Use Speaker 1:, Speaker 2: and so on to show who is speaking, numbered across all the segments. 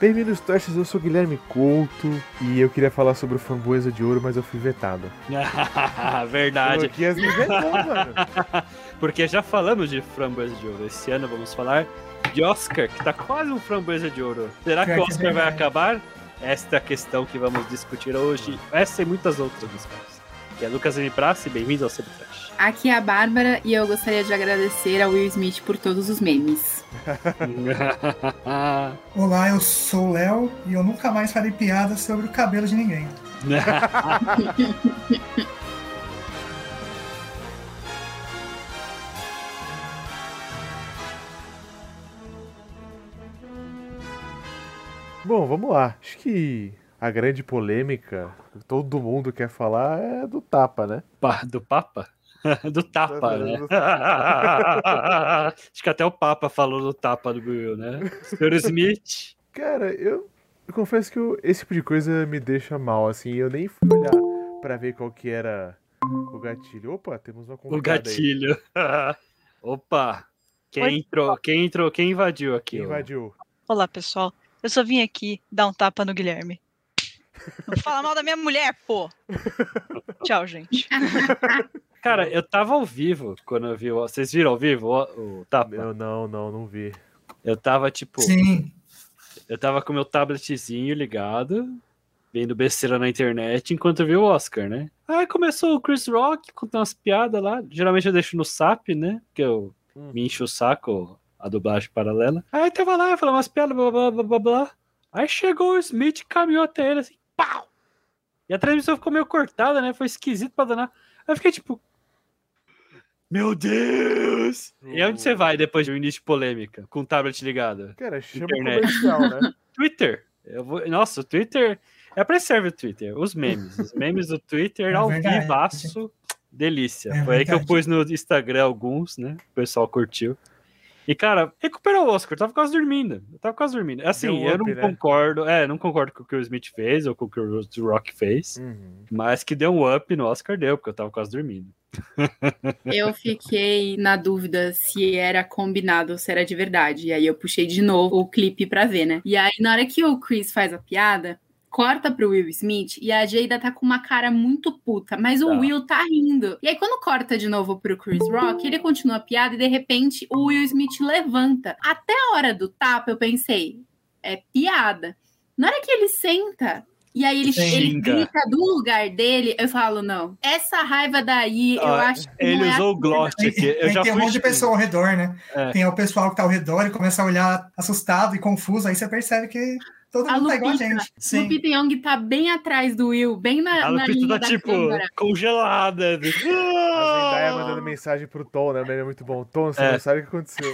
Speaker 1: Bem-vindo aos testes, eu sou Guilherme Couto e eu queria falar sobre o Framboesa de Ouro, mas eu fui vetado.
Speaker 2: Verdade.
Speaker 1: Porque as me vetou, mano.
Speaker 2: Porque já falamos de framboesa de ouro. Esse ano vamos falar de Oscar, que tá quase um framboesa de ouro. Será que
Speaker 3: Pior
Speaker 2: o
Speaker 3: que é
Speaker 2: Oscar vai
Speaker 3: verdade.
Speaker 2: acabar? Esta é a questão que vamos discutir hoje. Essa e muitas outras discussões. Que é Lucas M. Praça e bem-vindo ao Subtrash.
Speaker 4: Aqui é a Bárbara e eu gostaria de agradecer a Will Smith por todos os memes.
Speaker 3: Olá, eu sou o Léo e eu nunca mais farei piada sobre o cabelo de ninguém.
Speaker 1: Bom, vamos lá. Acho que a grande polêmica, que todo mundo quer falar, é do tapa, né?
Speaker 2: Pa- Do Papa? Do Tapa, né?
Speaker 1: Do
Speaker 2: Acho que até o Papa falou do Tapa do Will, né? Sr. Smith.
Speaker 1: Cara, eu, eu confesso que eu- esse tipo de coisa me deixa mal, assim. Eu nem fui olhar pra ver qual que era o gatilho. Opa, temos uma
Speaker 2: O
Speaker 1: convidada aí.
Speaker 2: gatilho. Opa! Quem
Speaker 5: Oi,
Speaker 2: entrou? Quem entrou? Quem invadiu aqui?
Speaker 1: Quem invadiu?
Speaker 5: Olá, pessoal. Eu só vim aqui dar um tapa no Guilherme. Não fala mal da minha mulher, pô! Tchau, gente.
Speaker 2: Cara, eu tava ao vivo quando eu vi. o- Vocês viram ao vivo o, o tapa?
Speaker 1: Eu não, não, não vi.
Speaker 2: Eu tava tipo.
Speaker 3: Sim,
Speaker 2: Eu tava com meu tabletzinho ligado, vendo besteira na internet, enquanto eu vi o Oscar, né? Aí começou o Chris Rock contando umas piadas lá. Geralmente eu deixo no SAP, né? Porque eu
Speaker 1: Hum.
Speaker 2: me encho o saco a dublagem paralela. Aí tava lá, falando umas piadas, blá blá blá blá blá. Aí chegou o Smith e caminhou até ele assim, pau! E a transmissão ficou meio cortada, né? Foi esquisito pra danar. Aí eu fiquei tipo. Meu Deus! E é onde você vai depois de um início de polêmica? Com o tablet ligado?
Speaker 1: Cara, chama
Speaker 2: Internet.
Speaker 1: comercial, né?
Speaker 2: Twitter. Eu vou... Nossa, o Twitter. É pra isso serve o Twitter. Os memes. Os memes do Twitter
Speaker 3: É
Speaker 2: ao
Speaker 3: verdade.
Speaker 2: vivaço. Delícia.
Speaker 3: É
Speaker 2: Foi aí que eu
Speaker 3: verdade.
Speaker 2: pus no Instagram alguns, né? O pessoal curtiu. E, cara, recuperou o Oscar. Eu tava quase dormindo. Eu tava quase dormindo. Assim,
Speaker 1: Deu
Speaker 2: eu
Speaker 1: up,
Speaker 2: não
Speaker 1: né?
Speaker 2: concordo. É, não concordo com o que o Smith fez ou com o que o Rock fez.
Speaker 1: Uhum.
Speaker 2: Mas que deu um up no Oscar, deu, porque eu tava quase dormindo.
Speaker 4: Eu fiquei na dúvida se era combinado ou se era de verdade. E aí eu puxei de novo o clipe pra ver, né? E aí, na hora que o Chris faz a piada, corta pro Will Smith e a Jada tá com uma cara muito puta, mas
Speaker 2: Tá.
Speaker 4: o Will tá rindo. E aí, quando corta de novo pro Chris Rock, ele continua a piada e de repente o Will Smith levanta. Até a hora do tapa, eu pensei, é piada. Na hora que ele senta. E aí ele, ele
Speaker 2: Xinga.
Speaker 4: grita do lugar dele, eu falo, não. Essa raiva daí, eu
Speaker 2: Ah,
Speaker 4: acho que
Speaker 2: Ele
Speaker 4: não é
Speaker 2: usou o glote
Speaker 3: tem,
Speaker 2: aqui. Eu
Speaker 3: tem-
Speaker 2: já
Speaker 3: tem um
Speaker 2: fui
Speaker 3: monte de pessoa ao redor, né?
Speaker 2: É.
Speaker 3: Tem o pessoal que tá ao redor e começa a olhar assustado e confuso, aí você percebe que todo
Speaker 4: A
Speaker 3: mundo tá igual a
Speaker 4: Lupita.
Speaker 3: gente. Sim.
Speaker 4: Lupita Young tá bem atrás do Will, bem na,
Speaker 2: A
Speaker 4: na
Speaker 2: Lupita
Speaker 4: linha
Speaker 2: tá,
Speaker 4: da
Speaker 2: tipo,
Speaker 4: câmera.
Speaker 2: congelada. Ah.
Speaker 1: A Zendaya mandando mensagem pro Tom, né? Ele é muito bom. Tom, você
Speaker 2: É.
Speaker 1: não sabe o que aconteceu.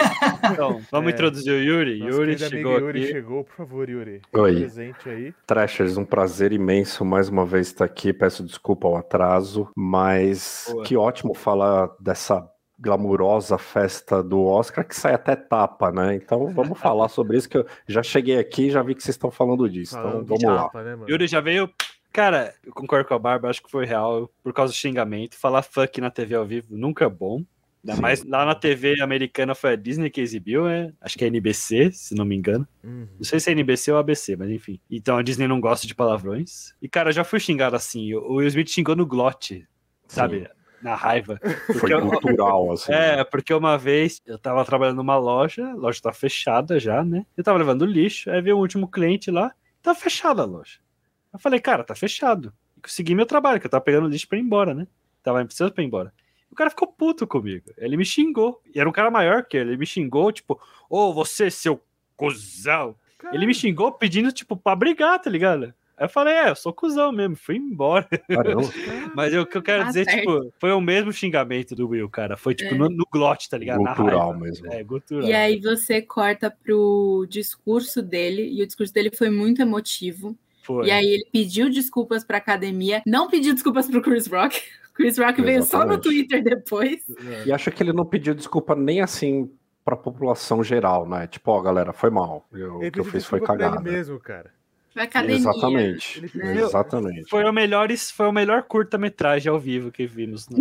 Speaker 2: Então, vamos
Speaker 1: É.
Speaker 2: introduzir o Yuri.
Speaker 1: Nosso
Speaker 2: Yuri
Speaker 1: querido amigo
Speaker 2: chegou
Speaker 1: Yuri
Speaker 2: aqui.
Speaker 1: chegou, por favor, Yuri.
Speaker 6: Oi.
Speaker 1: Presente aí.
Speaker 6: Trashers, um prazer imenso mais uma vez estar aqui. Peço desculpa ao atraso, mas
Speaker 2: Boa.
Speaker 6: que ótimo falar dessa glamurosa festa do Oscar que sai até tapa, né? Então vamos falar sobre isso que eu já cheguei aqui e já vi que vocês estão falando disso.
Speaker 1: Falando
Speaker 6: então
Speaker 1: de
Speaker 6: vamos lá.
Speaker 1: tapa, né, mano?
Speaker 2: Yuri já veio. Cara, eu concordo com a Barba, acho que foi real. Por causa do xingamento. Falar fuck na TV ao vivo nunca é bom. Ainda
Speaker 6: Sim.
Speaker 2: mais lá na TV americana foi a Disney que exibiu, né? Acho que é NBC, se não me engano.
Speaker 1: Uhum.
Speaker 2: Não sei se é NBC ou ABC, mas enfim. Então a Disney não gosta de palavrões. E, cara, eu já fui xingado assim. O Will Smith xingou no glote, sabe? Na raiva.
Speaker 6: Foi
Speaker 2: Porque eu-
Speaker 6: cultural, assim.
Speaker 2: É, porque uma vez eu tava trabalhando numa loja, a loja tá fechada já, né? Eu tava levando lixo, aí veio o último cliente lá, tá fechada a loja. Eu falei, cara, tá fechado. E consegui meu trabalho, que eu tava pegando lixo pra ir embora, né? Tava precisando pra ir embora. O cara ficou puto comigo. Ele me xingou. E era um cara maior que ele. Ele me xingou, tipo, ô, você, seu cuzão. Ele me xingou pedindo, tipo, pra brigar, tá ligado? Aí eu falei, é, eu sou cuzão mesmo. Fui embora.
Speaker 6: Caramba.
Speaker 2: Tá Mas eu- o que eu quero
Speaker 4: Tá
Speaker 2: dizer,
Speaker 4: certo.
Speaker 2: tipo, foi o mesmo xingamento do Will, cara. Foi tipo
Speaker 4: É.
Speaker 2: no, no glote, tá ligado? Na
Speaker 6: Cultural
Speaker 2: raiva.
Speaker 6: mesmo.
Speaker 2: É, gutural.
Speaker 4: E aí você corta pro discurso dele, e o discurso dele foi muito emotivo.
Speaker 2: Foi.
Speaker 4: E aí ele pediu desculpas pra academia, não pediu desculpas pro Chris Rock. Chris Rock veio só no
Speaker 6: Exatamente.
Speaker 4: Twitter depois.
Speaker 6: E acho que ele não pediu desculpa nem assim pra população geral, né? Tipo, ó, galera, foi mal. Eu- o que eu
Speaker 1: pediu
Speaker 6: fiz foi
Speaker 1: desculpa pra
Speaker 6: cagada.
Speaker 1: Ele mesmo, cara.
Speaker 4: Foi academia.
Speaker 6: Exatamente.
Speaker 1: Ele-
Speaker 6: Exatamente.
Speaker 2: Foi o melhor, isso foi o melhor curta-metragem ao vivo que vimos. né?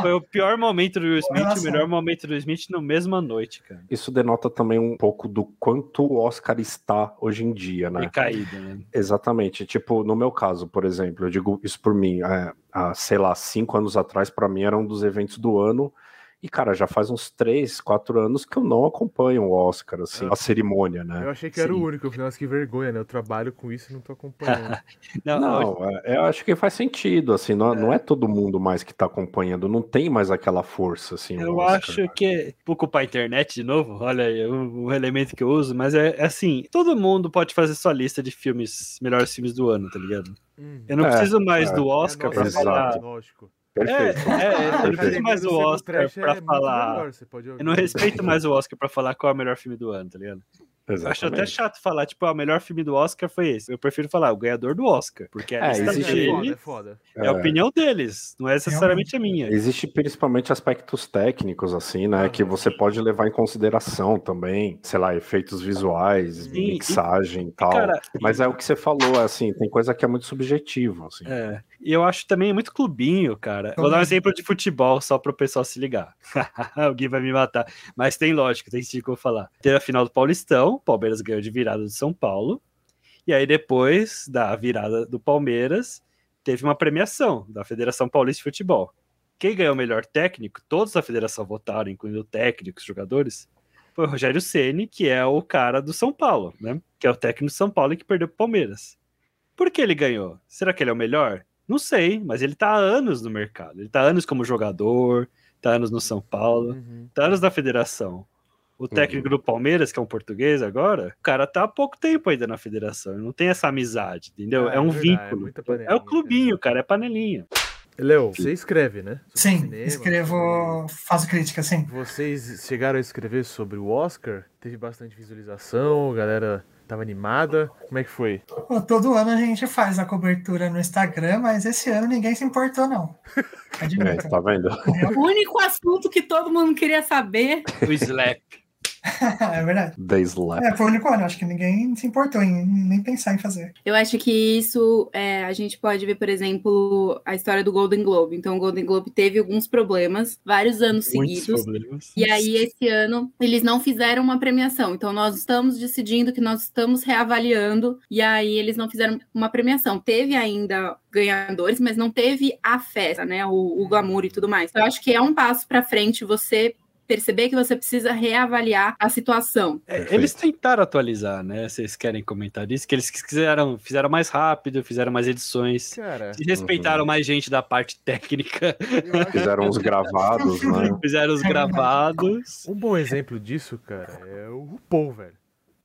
Speaker 2: foi o pior momento do Will Smith, o
Speaker 3: relação.
Speaker 2: melhor momento do Will Smith na mesma noite, cara.
Speaker 6: Isso denota também um pouco do quanto o Oscar está hoje em dia, né?
Speaker 2: Foi caída, né?
Speaker 6: Exatamente. Tipo, no meu caso, por exemplo, eu digo isso por mim, é, há, sei lá, cinco anos atrás, pra mim era um dos eventos do ano. E, cara, já faz uns três, quatro anos que eu não acompanho o Oscar, assim,
Speaker 2: É.
Speaker 1: Ah.
Speaker 6: a cerimônia,
Speaker 1: Eu
Speaker 6: né?
Speaker 1: achei que era o
Speaker 2: Sim.
Speaker 1: único, afinal, nossa, que vergonha, né? Eu trabalho com isso e não tô acompanhando.
Speaker 2: Não,
Speaker 6: Não, é, eu acho que faz sentido, assim, não, não é todo mundo mais que tá acompanhando, não tem mais aquela força, assim, o
Speaker 2: Eu
Speaker 6: Oscar.
Speaker 2: acho que é. Vou culpar a internet de novo, olha aí, um, um elemento que eu uso, mas é, é assim: todo mundo pode fazer sua lista de filmes, melhores filmes do ano, tá ligado?
Speaker 1: Hum.
Speaker 2: Eu não
Speaker 6: É,
Speaker 2: preciso mais
Speaker 6: é.
Speaker 2: do
Speaker 1: É a
Speaker 2: Oscar
Speaker 1: nossa
Speaker 2: pra
Speaker 1: velha
Speaker 2: falar.
Speaker 1: diagnóstico.
Speaker 2: É, é, eu
Speaker 6: Perfeito.
Speaker 2: não
Speaker 1: A
Speaker 6: Perfeito.
Speaker 2: preciso
Speaker 1: academia
Speaker 2: mais
Speaker 1: do
Speaker 2: do
Speaker 1: segundo
Speaker 2: Oscar
Speaker 1: trash é
Speaker 2: pra
Speaker 1: muito
Speaker 2: falar.
Speaker 1: melhor, você pode ouvir.
Speaker 2: Eu não respeito mais o Oscar pra falar qual é o melhor filme do ano, tá ligado? Eu acho até
Speaker 6: Exatamente.
Speaker 2: chato falar, tipo, ah, o melhor filme do Oscar foi esse. Eu prefiro falar o ganhador do Oscar, porque a
Speaker 6: É,
Speaker 2: lista
Speaker 6: existe-
Speaker 1: É foda,
Speaker 2: dele
Speaker 1: é foda.
Speaker 2: é a opinião deles, não é necessariamente a minha.
Speaker 6: Existe principalmente aspectos técnicos, assim, né?
Speaker 1: Ah,
Speaker 6: que você pode levar em consideração também, sei lá, efeitos visuais,
Speaker 1: Sim,
Speaker 2: e-
Speaker 6: mixagem e tal.
Speaker 2: Cara,
Speaker 6: Mas é o que você falou, assim, tem coisa que é muito subjetiva, assim.
Speaker 2: É, e eu acho também muito clubinho, cara. Vou
Speaker 3: Também.
Speaker 2: dar um exemplo de futebol só para o pessoal se ligar. Alguém vai me matar. Mas tem lógica, tem sentido que eu vou falar. Teve a final do Paulistão, o Palmeiras ganhou de virada do São Paulo. E aí, depois da virada do Palmeiras, teve uma premiação da Federação Paulista de Futebol. Quem ganhou o melhor técnico, todos da federação votaram, incluindo técnicos, jogadores, foi o Rogério Ceni, que é o cara do São Paulo, né? Que é o técnico do São Paulo e que perdeu pro Palmeiras. Por que ele ganhou? Será que ele é o melhor? Não sei, mas ele tá há anos no mercado. Ele tá há anos como jogador, tá há anos no São Paulo,
Speaker 1: Uhum.
Speaker 2: tá há anos na federação. O técnico do Palmeiras, que é um português agora, o cara tá há pouco tempo ainda na federação. Ele não tem essa amizade, entendeu?
Speaker 1: Ah,
Speaker 2: É, um
Speaker 1: verdade, é
Speaker 2: vínculo.
Speaker 1: muita
Speaker 2: É, o
Speaker 1: panelinha,
Speaker 2: clubinho, cara, é panelinha.
Speaker 1: Léo, você escreve, né? Sobre
Speaker 3: Sim,
Speaker 1: cinema,
Speaker 3: escrevo. Faço crítica, sim.
Speaker 1: sobre- Vocês chegaram a escrever sobre o Oscar? Teve bastante visualização, a galera tava animada. Como é que foi?
Speaker 3: Pô, todo ano a gente faz a cobertura no Instagram, mas esse ano ninguém se importou, não.
Speaker 6: É,
Speaker 3: Admito.
Speaker 6: tá vendo?
Speaker 4: O único assunto que todo mundo queria saber.
Speaker 2: O slap. tá.
Speaker 3: é verdade.
Speaker 6: The Slap.
Speaker 3: É, foi o único ano, acho que ninguém se importou em nem pensar em fazer.
Speaker 4: Eu acho que isso é, a gente pode ver, por exemplo, a história do Golden Globe. Então, o Golden Globe teve alguns problemas, vários anos
Speaker 2: Muitos
Speaker 4: seguidos.
Speaker 2: problemas.
Speaker 4: E aí, esse ano, eles não fizeram uma premiação. Então, nós estamos decidindo que nós estamos reavaliando. E aí, eles não fizeram uma premiação. Teve ainda ganhadores, mas não teve a festa, né? O, o glamour e tudo mais. Eu acho que é um passo pra frente você perceber que você precisa reavaliar a situação.
Speaker 2: É,
Speaker 6: Perfeito.
Speaker 2: eles tentaram atualizar, né? Vocês querem comentar disso? Que eles quiseram, fizeram mais rápido, fizeram mais edições.
Speaker 1: Cara,
Speaker 2: E respeitaram mais gente da parte técnica,
Speaker 1: eu acho
Speaker 6: Fizeram uns gravados, né?
Speaker 2: fizeram os
Speaker 3: É verdade.
Speaker 2: gravados.
Speaker 1: Um bom exemplo disso, cara, é o RuPaul, velho.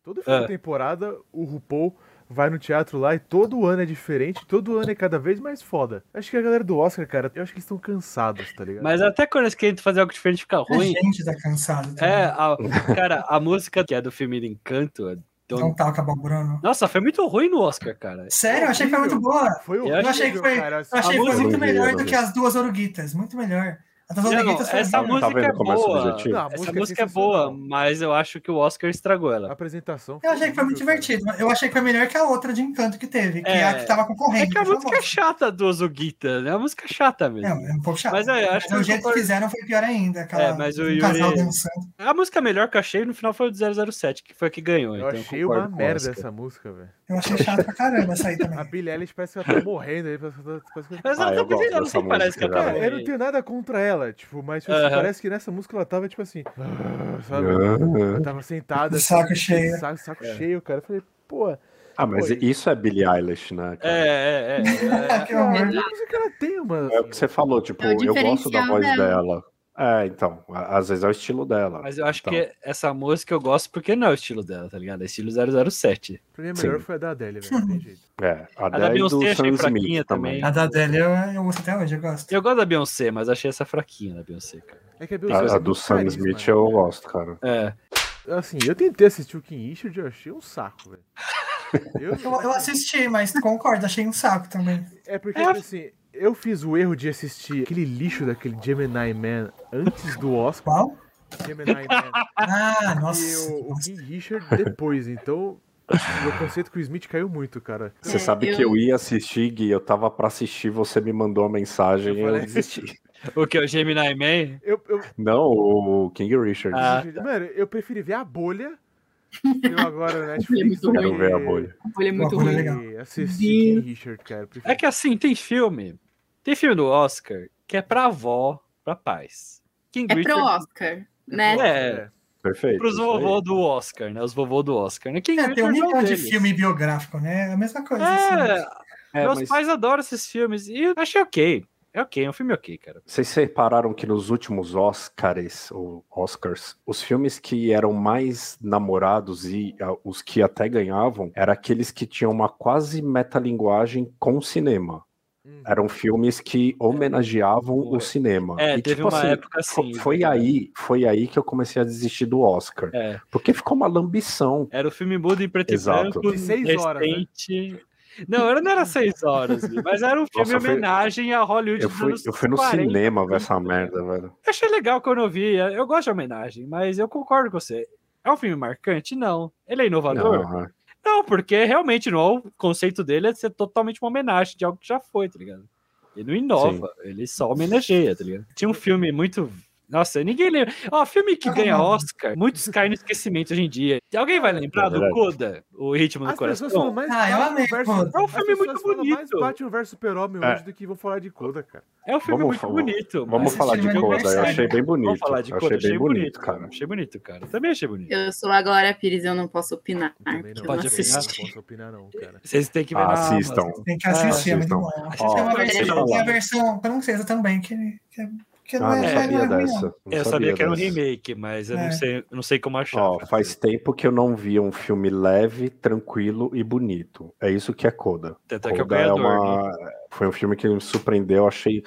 Speaker 1: Todo fim
Speaker 2: É.
Speaker 1: de temporada, o RuPaul vai no teatro lá e todo ano é diferente, todo ano é cada vez mais foda. Acho que a galera do Oscar, cara, eu acho que eles estão cansados, tá ligado?
Speaker 2: Mas até quando eles querem fazer algo diferente fica
Speaker 3: A
Speaker 2: ruim.
Speaker 3: gente tá cansado. também.
Speaker 2: É, a- cara, a música que é do filme do Encanto.
Speaker 3: Não tá, acabou, Bruno.
Speaker 2: Nossa, foi muito ruim no Oscar, cara.
Speaker 3: Sério, eu achei que foi muito boa.
Speaker 1: Foi
Speaker 2: Eu
Speaker 1: horrível,
Speaker 3: achei que foi-
Speaker 1: cara. assim,
Speaker 3: Eu achei que foi
Speaker 2: música-
Speaker 3: muito melhor do
Speaker 6: Maravilhoso.
Speaker 3: que as duas oruguitas. Muito melhor. As duas
Speaker 2: Não,
Speaker 3: oruguitas
Speaker 2: não, essa
Speaker 3: foram.
Speaker 2: música é
Speaker 6: vendo como é
Speaker 2: boa.
Speaker 6: subjetivo?
Speaker 1: Não, a
Speaker 2: Essa
Speaker 1: música é
Speaker 2: música é
Speaker 1: sensacional.
Speaker 2: boa, mas eu acho que o Oscar estragou
Speaker 1: A
Speaker 2: ela.
Speaker 1: apresentação.
Speaker 3: Eu achei que foi muito
Speaker 1: horrível, cara.
Speaker 3: divertido. Eu achei que foi melhor que a outra de encanto que teve, que é a
Speaker 2: É.
Speaker 3: que tava
Speaker 2: É
Speaker 3: concorrendo.
Speaker 2: que a
Speaker 3: foi uma
Speaker 2: música é
Speaker 3: bosta.
Speaker 2: chata do Ozuguita, né? É uma música chata mesmo.
Speaker 3: É, é um pouco chato.
Speaker 2: Mas é, eu acho que eu
Speaker 3: o jeito
Speaker 2: concordo.
Speaker 3: que fizeram foi pior ainda. Aquela,
Speaker 2: É, mas o Yuri-
Speaker 3: casal dançando.
Speaker 2: A música melhor que eu achei no final foi o do 007, que foi a que ganhou.
Speaker 1: Eu
Speaker 2: então
Speaker 1: achei
Speaker 2: concordo
Speaker 1: uma
Speaker 2: com o
Speaker 1: merda
Speaker 2: Oscar.
Speaker 1: essa música, velho.
Speaker 3: Eu achei chato pra caramba essa aí
Speaker 1: A
Speaker 3: também.
Speaker 2: É.
Speaker 1: Billie Eilish parece que ela tá morrendo aí. Parece que ela tá- parece que ela-
Speaker 2: Mas ela
Speaker 6: Ah,
Speaker 2: tá
Speaker 6: eu gosto
Speaker 2: pedindo, não
Speaker 6: dessa
Speaker 2: sei, parece que
Speaker 6: música,
Speaker 2: ela tá
Speaker 1: Cara,
Speaker 6: velho.
Speaker 1: eu não
Speaker 2: ruim.
Speaker 1: tenho nada contra ela, tipo, mas tipo,
Speaker 2: Aham.
Speaker 1: parece que nessa música ela tava, tipo assim. ah, Sabe?
Speaker 6: Ah,
Speaker 1: Eu tava sentada.
Speaker 3: De saco cheio.
Speaker 1: Saco, saco
Speaker 2: É.
Speaker 1: cheio, cara. Eu falei, pô,
Speaker 6: Ah, mas isso é Billie Eilish, né?
Speaker 2: É,
Speaker 6: cara?
Speaker 2: é, é. é.
Speaker 3: Ah, que
Speaker 1: cara,
Speaker 3: horror.
Speaker 1: que música que ela tem, mano?
Speaker 6: É o que você falou, tipo,
Speaker 4: É o
Speaker 6: eu gosto da
Speaker 4: diferencial
Speaker 6: voz
Speaker 4: dela.
Speaker 6: dela. É, então, a- às vezes é o estilo dela.
Speaker 2: Mas eu acho
Speaker 6: Então,
Speaker 2: que essa música eu gosto porque não é o estilo dela, tá ligado? É estilo 007.
Speaker 1: Pra mim, a melhor
Speaker 6: Sim.
Speaker 1: foi a da Adele, velho. Não tem jeito.
Speaker 6: É, a,
Speaker 2: da
Speaker 6: dela e do
Speaker 2: Beyoncé achei
Speaker 6: Sam
Speaker 2: fraquinha
Speaker 6: Smith
Speaker 2: também.
Speaker 6: também.
Speaker 3: A da Adele eu, eu uso até hoje, eu gosto.
Speaker 2: Eu gosto da Beyoncé, mas achei essa fraquinha da Beyoncé, cara.
Speaker 1: É que a
Speaker 6: A-
Speaker 1: Beyoncé
Speaker 6: A,
Speaker 1: tem
Speaker 6: do
Speaker 1: muito
Speaker 6: Sam
Speaker 1: carisma,
Speaker 6: Smith
Speaker 1: né,
Speaker 6: eu
Speaker 1: cara?
Speaker 6: gosto, cara.
Speaker 2: É.
Speaker 1: Assim, eu tentei assistir o King Richard e eu achei um saco, velho. Eu,
Speaker 3: Eu, eu assisti, mas concordo, achei um saco também.
Speaker 1: É porque,
Speaker 2: É.
Speaker 1: assim, eu fiz o erro de assistir aquele lixo daquele Gemini Man antes do Oscar.
Speaker 3: Qual?
Speaker 1: Gemini Man.
Speaker 3: Ah, nossa.
Speaker 1: E o, o King Richard depois, então. Meu conceito com o Smith caiu muito, cara.
Speaker 6: Você
Speaker 4: É,
Speaker 6: sabe
Speaker 4: eu-
Speaker 6: que eu ia assistir, Gui, eu tava pra assistir, você me mandou a mensagem e eu
Speaker 1: falei-
Speaker 6: desisti.
Speaker 2: O que? é O Gemini Man?
Speaker 1: Eu, eu,
Speaker 6: Não, o King Richard.
Speaker 2: Ah,
Speaker 1: Mano, eu preferi ver a bolha. Eu agora
Speaker 6: É
Speaker 1: no Netflix.
Speaker 4: Muito
Speaker 6: Quero
Speaker 1: do
Speaker 6: ver a
Speaker 1: que-
Speaker 6: bolha.
Speaker 4: Ele é
Speaker 1: do
Speaker 4: muito
Speaker 3: Olha,
Speaker 1: que
Speaker 4: ruim.
Speaker 3: legal.
Speaker 1: Assistir King Richard, cara. Eu prefiro-
Speaker 2: É que assim, tem filme. Tem filme do Oscar que é pra avó, pra paz. King
Speaker 4: É pro
Speaker 2: Richard-
Speaker 4: Oscar, né?
Speaker 2: É,
Speaker 6: Perfeito.
Speaker 2: pros
Speaker 6: isso aí.
Speaker 2: vovô do Oscar, né? Os vovô do Oscar, né? King
Speaker 3: É, tem um
Speaker 2: Richard é
Speaker 3: milhão de
Speaker 2: deles.
Speaker 3: filme biográfico, né? É a mesma coisa. assim.
Speaker 2: É,
Speaker 6: É,
Speaker 2: meus
Speaker 6: mas
Speaker 2: pais adoram esses filmes. E eu achei ok. É ok, é um filme ok, cara.
Speaker 6: Vocês repararam que nos últimos Oscars, ou Oscars, os filmes que eram mais namorados e ah, os que até ganhavam, eram aqueles que tinham uma quase metalinguagem com o cinema.
Speaker 1: Hum.
Speaker 6: Eram filmes que homenageavam o cinema.
Speaker 2: É,
Speaker 6: E,
Speaker 2: teve
Speaker 6: tipo
Speaker 2: uma
Speaker 6: assim,
Speaker 2: época
Speaker 6: fo-
Speaker 2: assim.
Speaker 6: Foi aí, foi aí que eu comecei a desistir do Oscar.
Speaker 2: É,
Speaker 6: Porque ficou uma lambição.
Speaker 2: era o filme mudo em preto
Speaker 6: Exato.
Speaker 2: e branco.
Speaker 1: De seis horas, né?
Speaker 2: recente. Não, era, não era seis horas, mas era um filme
Speaker 6: Nossa, eu
Speaker 2: em
Speaker 6: fui-
Speaker 2: homenagem a Hollywood
Speaker 6: Eu
Speaker 2: dos
Speaker 6: fui,
Speaker 2: anos
Speaker 6: eu fui no
Speaker 2: 40.
Speaker 6: cinema ver essa merda, velho.
Speaker 2: Eu achei legal quando eu vi. Eu gosto de homenagem, mas eu concordo com você. É um filme marcante? Não. Ele é inovador? Não,
Speaker 6: Não, é.
Speaker 2: porque realmente não. O conceito dele é ser totalmente uma homenagem de algo que já foi, tá ligado? Ele não inova, ele só homenageia, tá ligado? Tinha um filme muito. Nossa, ninguém lembra. Ó, filme que
Speaker 3: Ah,
Speaker 2: ganha
Speaker 3: não.
Speaker 2: Oscar, muitos caem no esquecimento hoje em dia. Alguém vai lembrar
Speaker 6: É
Speaker 2: do
Speaker 6: verdade.
Speaker 2: Coda, o ritmo do
Speaker 1: As
Speaker 2: coração?
Speaker 1: pessoas falam mais
Speaker 3: Ah, eu
Speaker 1: Batman
Speaker 3: amei,
Speaker 1: versus-
Speaker 3: mano.
Speaker 2: É um
Speaker 1: as
Speaker 2: filme muito
Speaker 1: pessoas falam mais
Speaker 2: bonito.
Speaker 1: Batman versus Super-Homem
Speaker 6: É.
Speaker 1: hoje do que vão falar de Coda, cara.
Speaker 2: É um filme
Speaker 6: Vamos
Speaker 2: muito
Speaker 6: falar-
Speaker 2: bonito.
Speaker 6: Vamos
Speaker 2: mas-
Speaker 6: falar de
Speaker 3: filme é
Speaker 6: Coda, eu
Speaker 3: aniversário.
Speaker 6: achei bem bonito.
Speaker 2: Vamos né? falar de
Speaker 6: eu
Speaker 2: Coda.
Speaker 6: achei bem bonito, cara.
Speaker 2: Achei bonito, cara. Também achei bonito.
Speaker 4: Eu sou a Glória Pires, eu não posso opinar.
Speaker 1: Eu também não,
Speaker 4: que eu
Speaker 2: Pode
Speaker 4: não
Speaker 1: eu
Speaker 4: sei.
Speaker 2: assinar.
Speaker 1: Não posso opinar, não, cara.
Speaker 2: Vocês têm que ver na
Speaker 6: Ah, Assistam.
Speaker 2: Amazon.
Speaker 3: Tem que assistir, é muito
Speaker 6: Ah, Assistam.
Speaker 3: bom.
Speaker 6: Ó,
Speaker 3: tem uma
Speaker 4: deixa eu
Speaker 3: versão,
Speaker 6: falar.
Speaker 3: tem a versão francesa também, que, que, que não
Speaker 6: Ah,
Speaker 3: é
Speaker 6: não sabia
Speaker 3: não é ruim,
Speaker 6: dessa.
Speaker 3: não.
Speaker 6: não
Speaker 2: Eu sabia que era um
Speaker 6: dessa.
Speaker 2: remake, mas eu não
Speaker 3: É.
Speaker 2: sei, eu não sei como achar.
Speaker 6: Ó, faz tempo que eu não via um filme leve, tranquilo e bonito. É isso que é Coda.
Speaker 2: Tanto é que é o
Speaker 6: Coda é
Speaker 2: ganhador. né?
Speaker 6: uma... Foi um filme que me surpreendeu, achei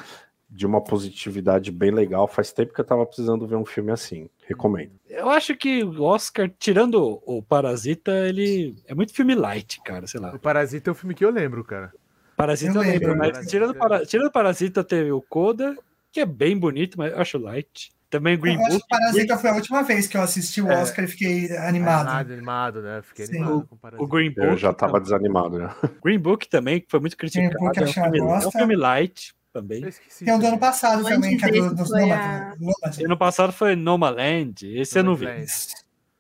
Speaker 6: de uma positividade bem legal. Faz tempo que eu tava precisando ver um filme assim. Recomendo.
Speaker 2: Eu acho que o Oscar, tirando o Parasita, ele é muito filme light, cara, sei lá.
Speaker 1: O Parasita é um filme que eu lembro, cara.
Speaker 2: Parasita eu
Speaker 3: Eu
Speaker 2: lembro,
Speaker 3: lembro. é
Speaker 2: mas tirando, para... tirando Parasita teve o Coda, que é bem bonito, mas eu acho light. Também Green
Speaker 3: Eu acho
Speaker 2: Book.
Speaker 3: que Parasita foi a última vez que eu assisti o
Speaker 2: É.
Speaker 3: Oscar e fiquei animado.
Speaker 1: Animado, animado, né? Fiquei
Speaker 3: Sim.
Speaker 1: animado com o Parasita.
Speaker 2: O Green Book,
Speaker 6: Eu já tava desanimado, né?
Speaker 2: Green Book também, que foi muito criticado.
Speaker 3: Book
Speaker 2: é, um
Speaker 3: eu achei uma
Speaker 2: filme... é um
Speaker 3: bosta.
Speaker 2: filme light também.
Speaker 1: Eu esqueci.
Speaker 3: Tem o é um do ano
Speaker 1: também.
Speaker 3: passado
Speaker 4: Antes
Speaker 3: também, que é do,
Speaker 4: desse
Speaker 3: dos
Speaker 4: foi a-
Speaker 3: Nomadland. Nomadland.
Speaker 2: Ano passado foi Nomaland, esse eu não vi.
Speaker 1: Nomadland.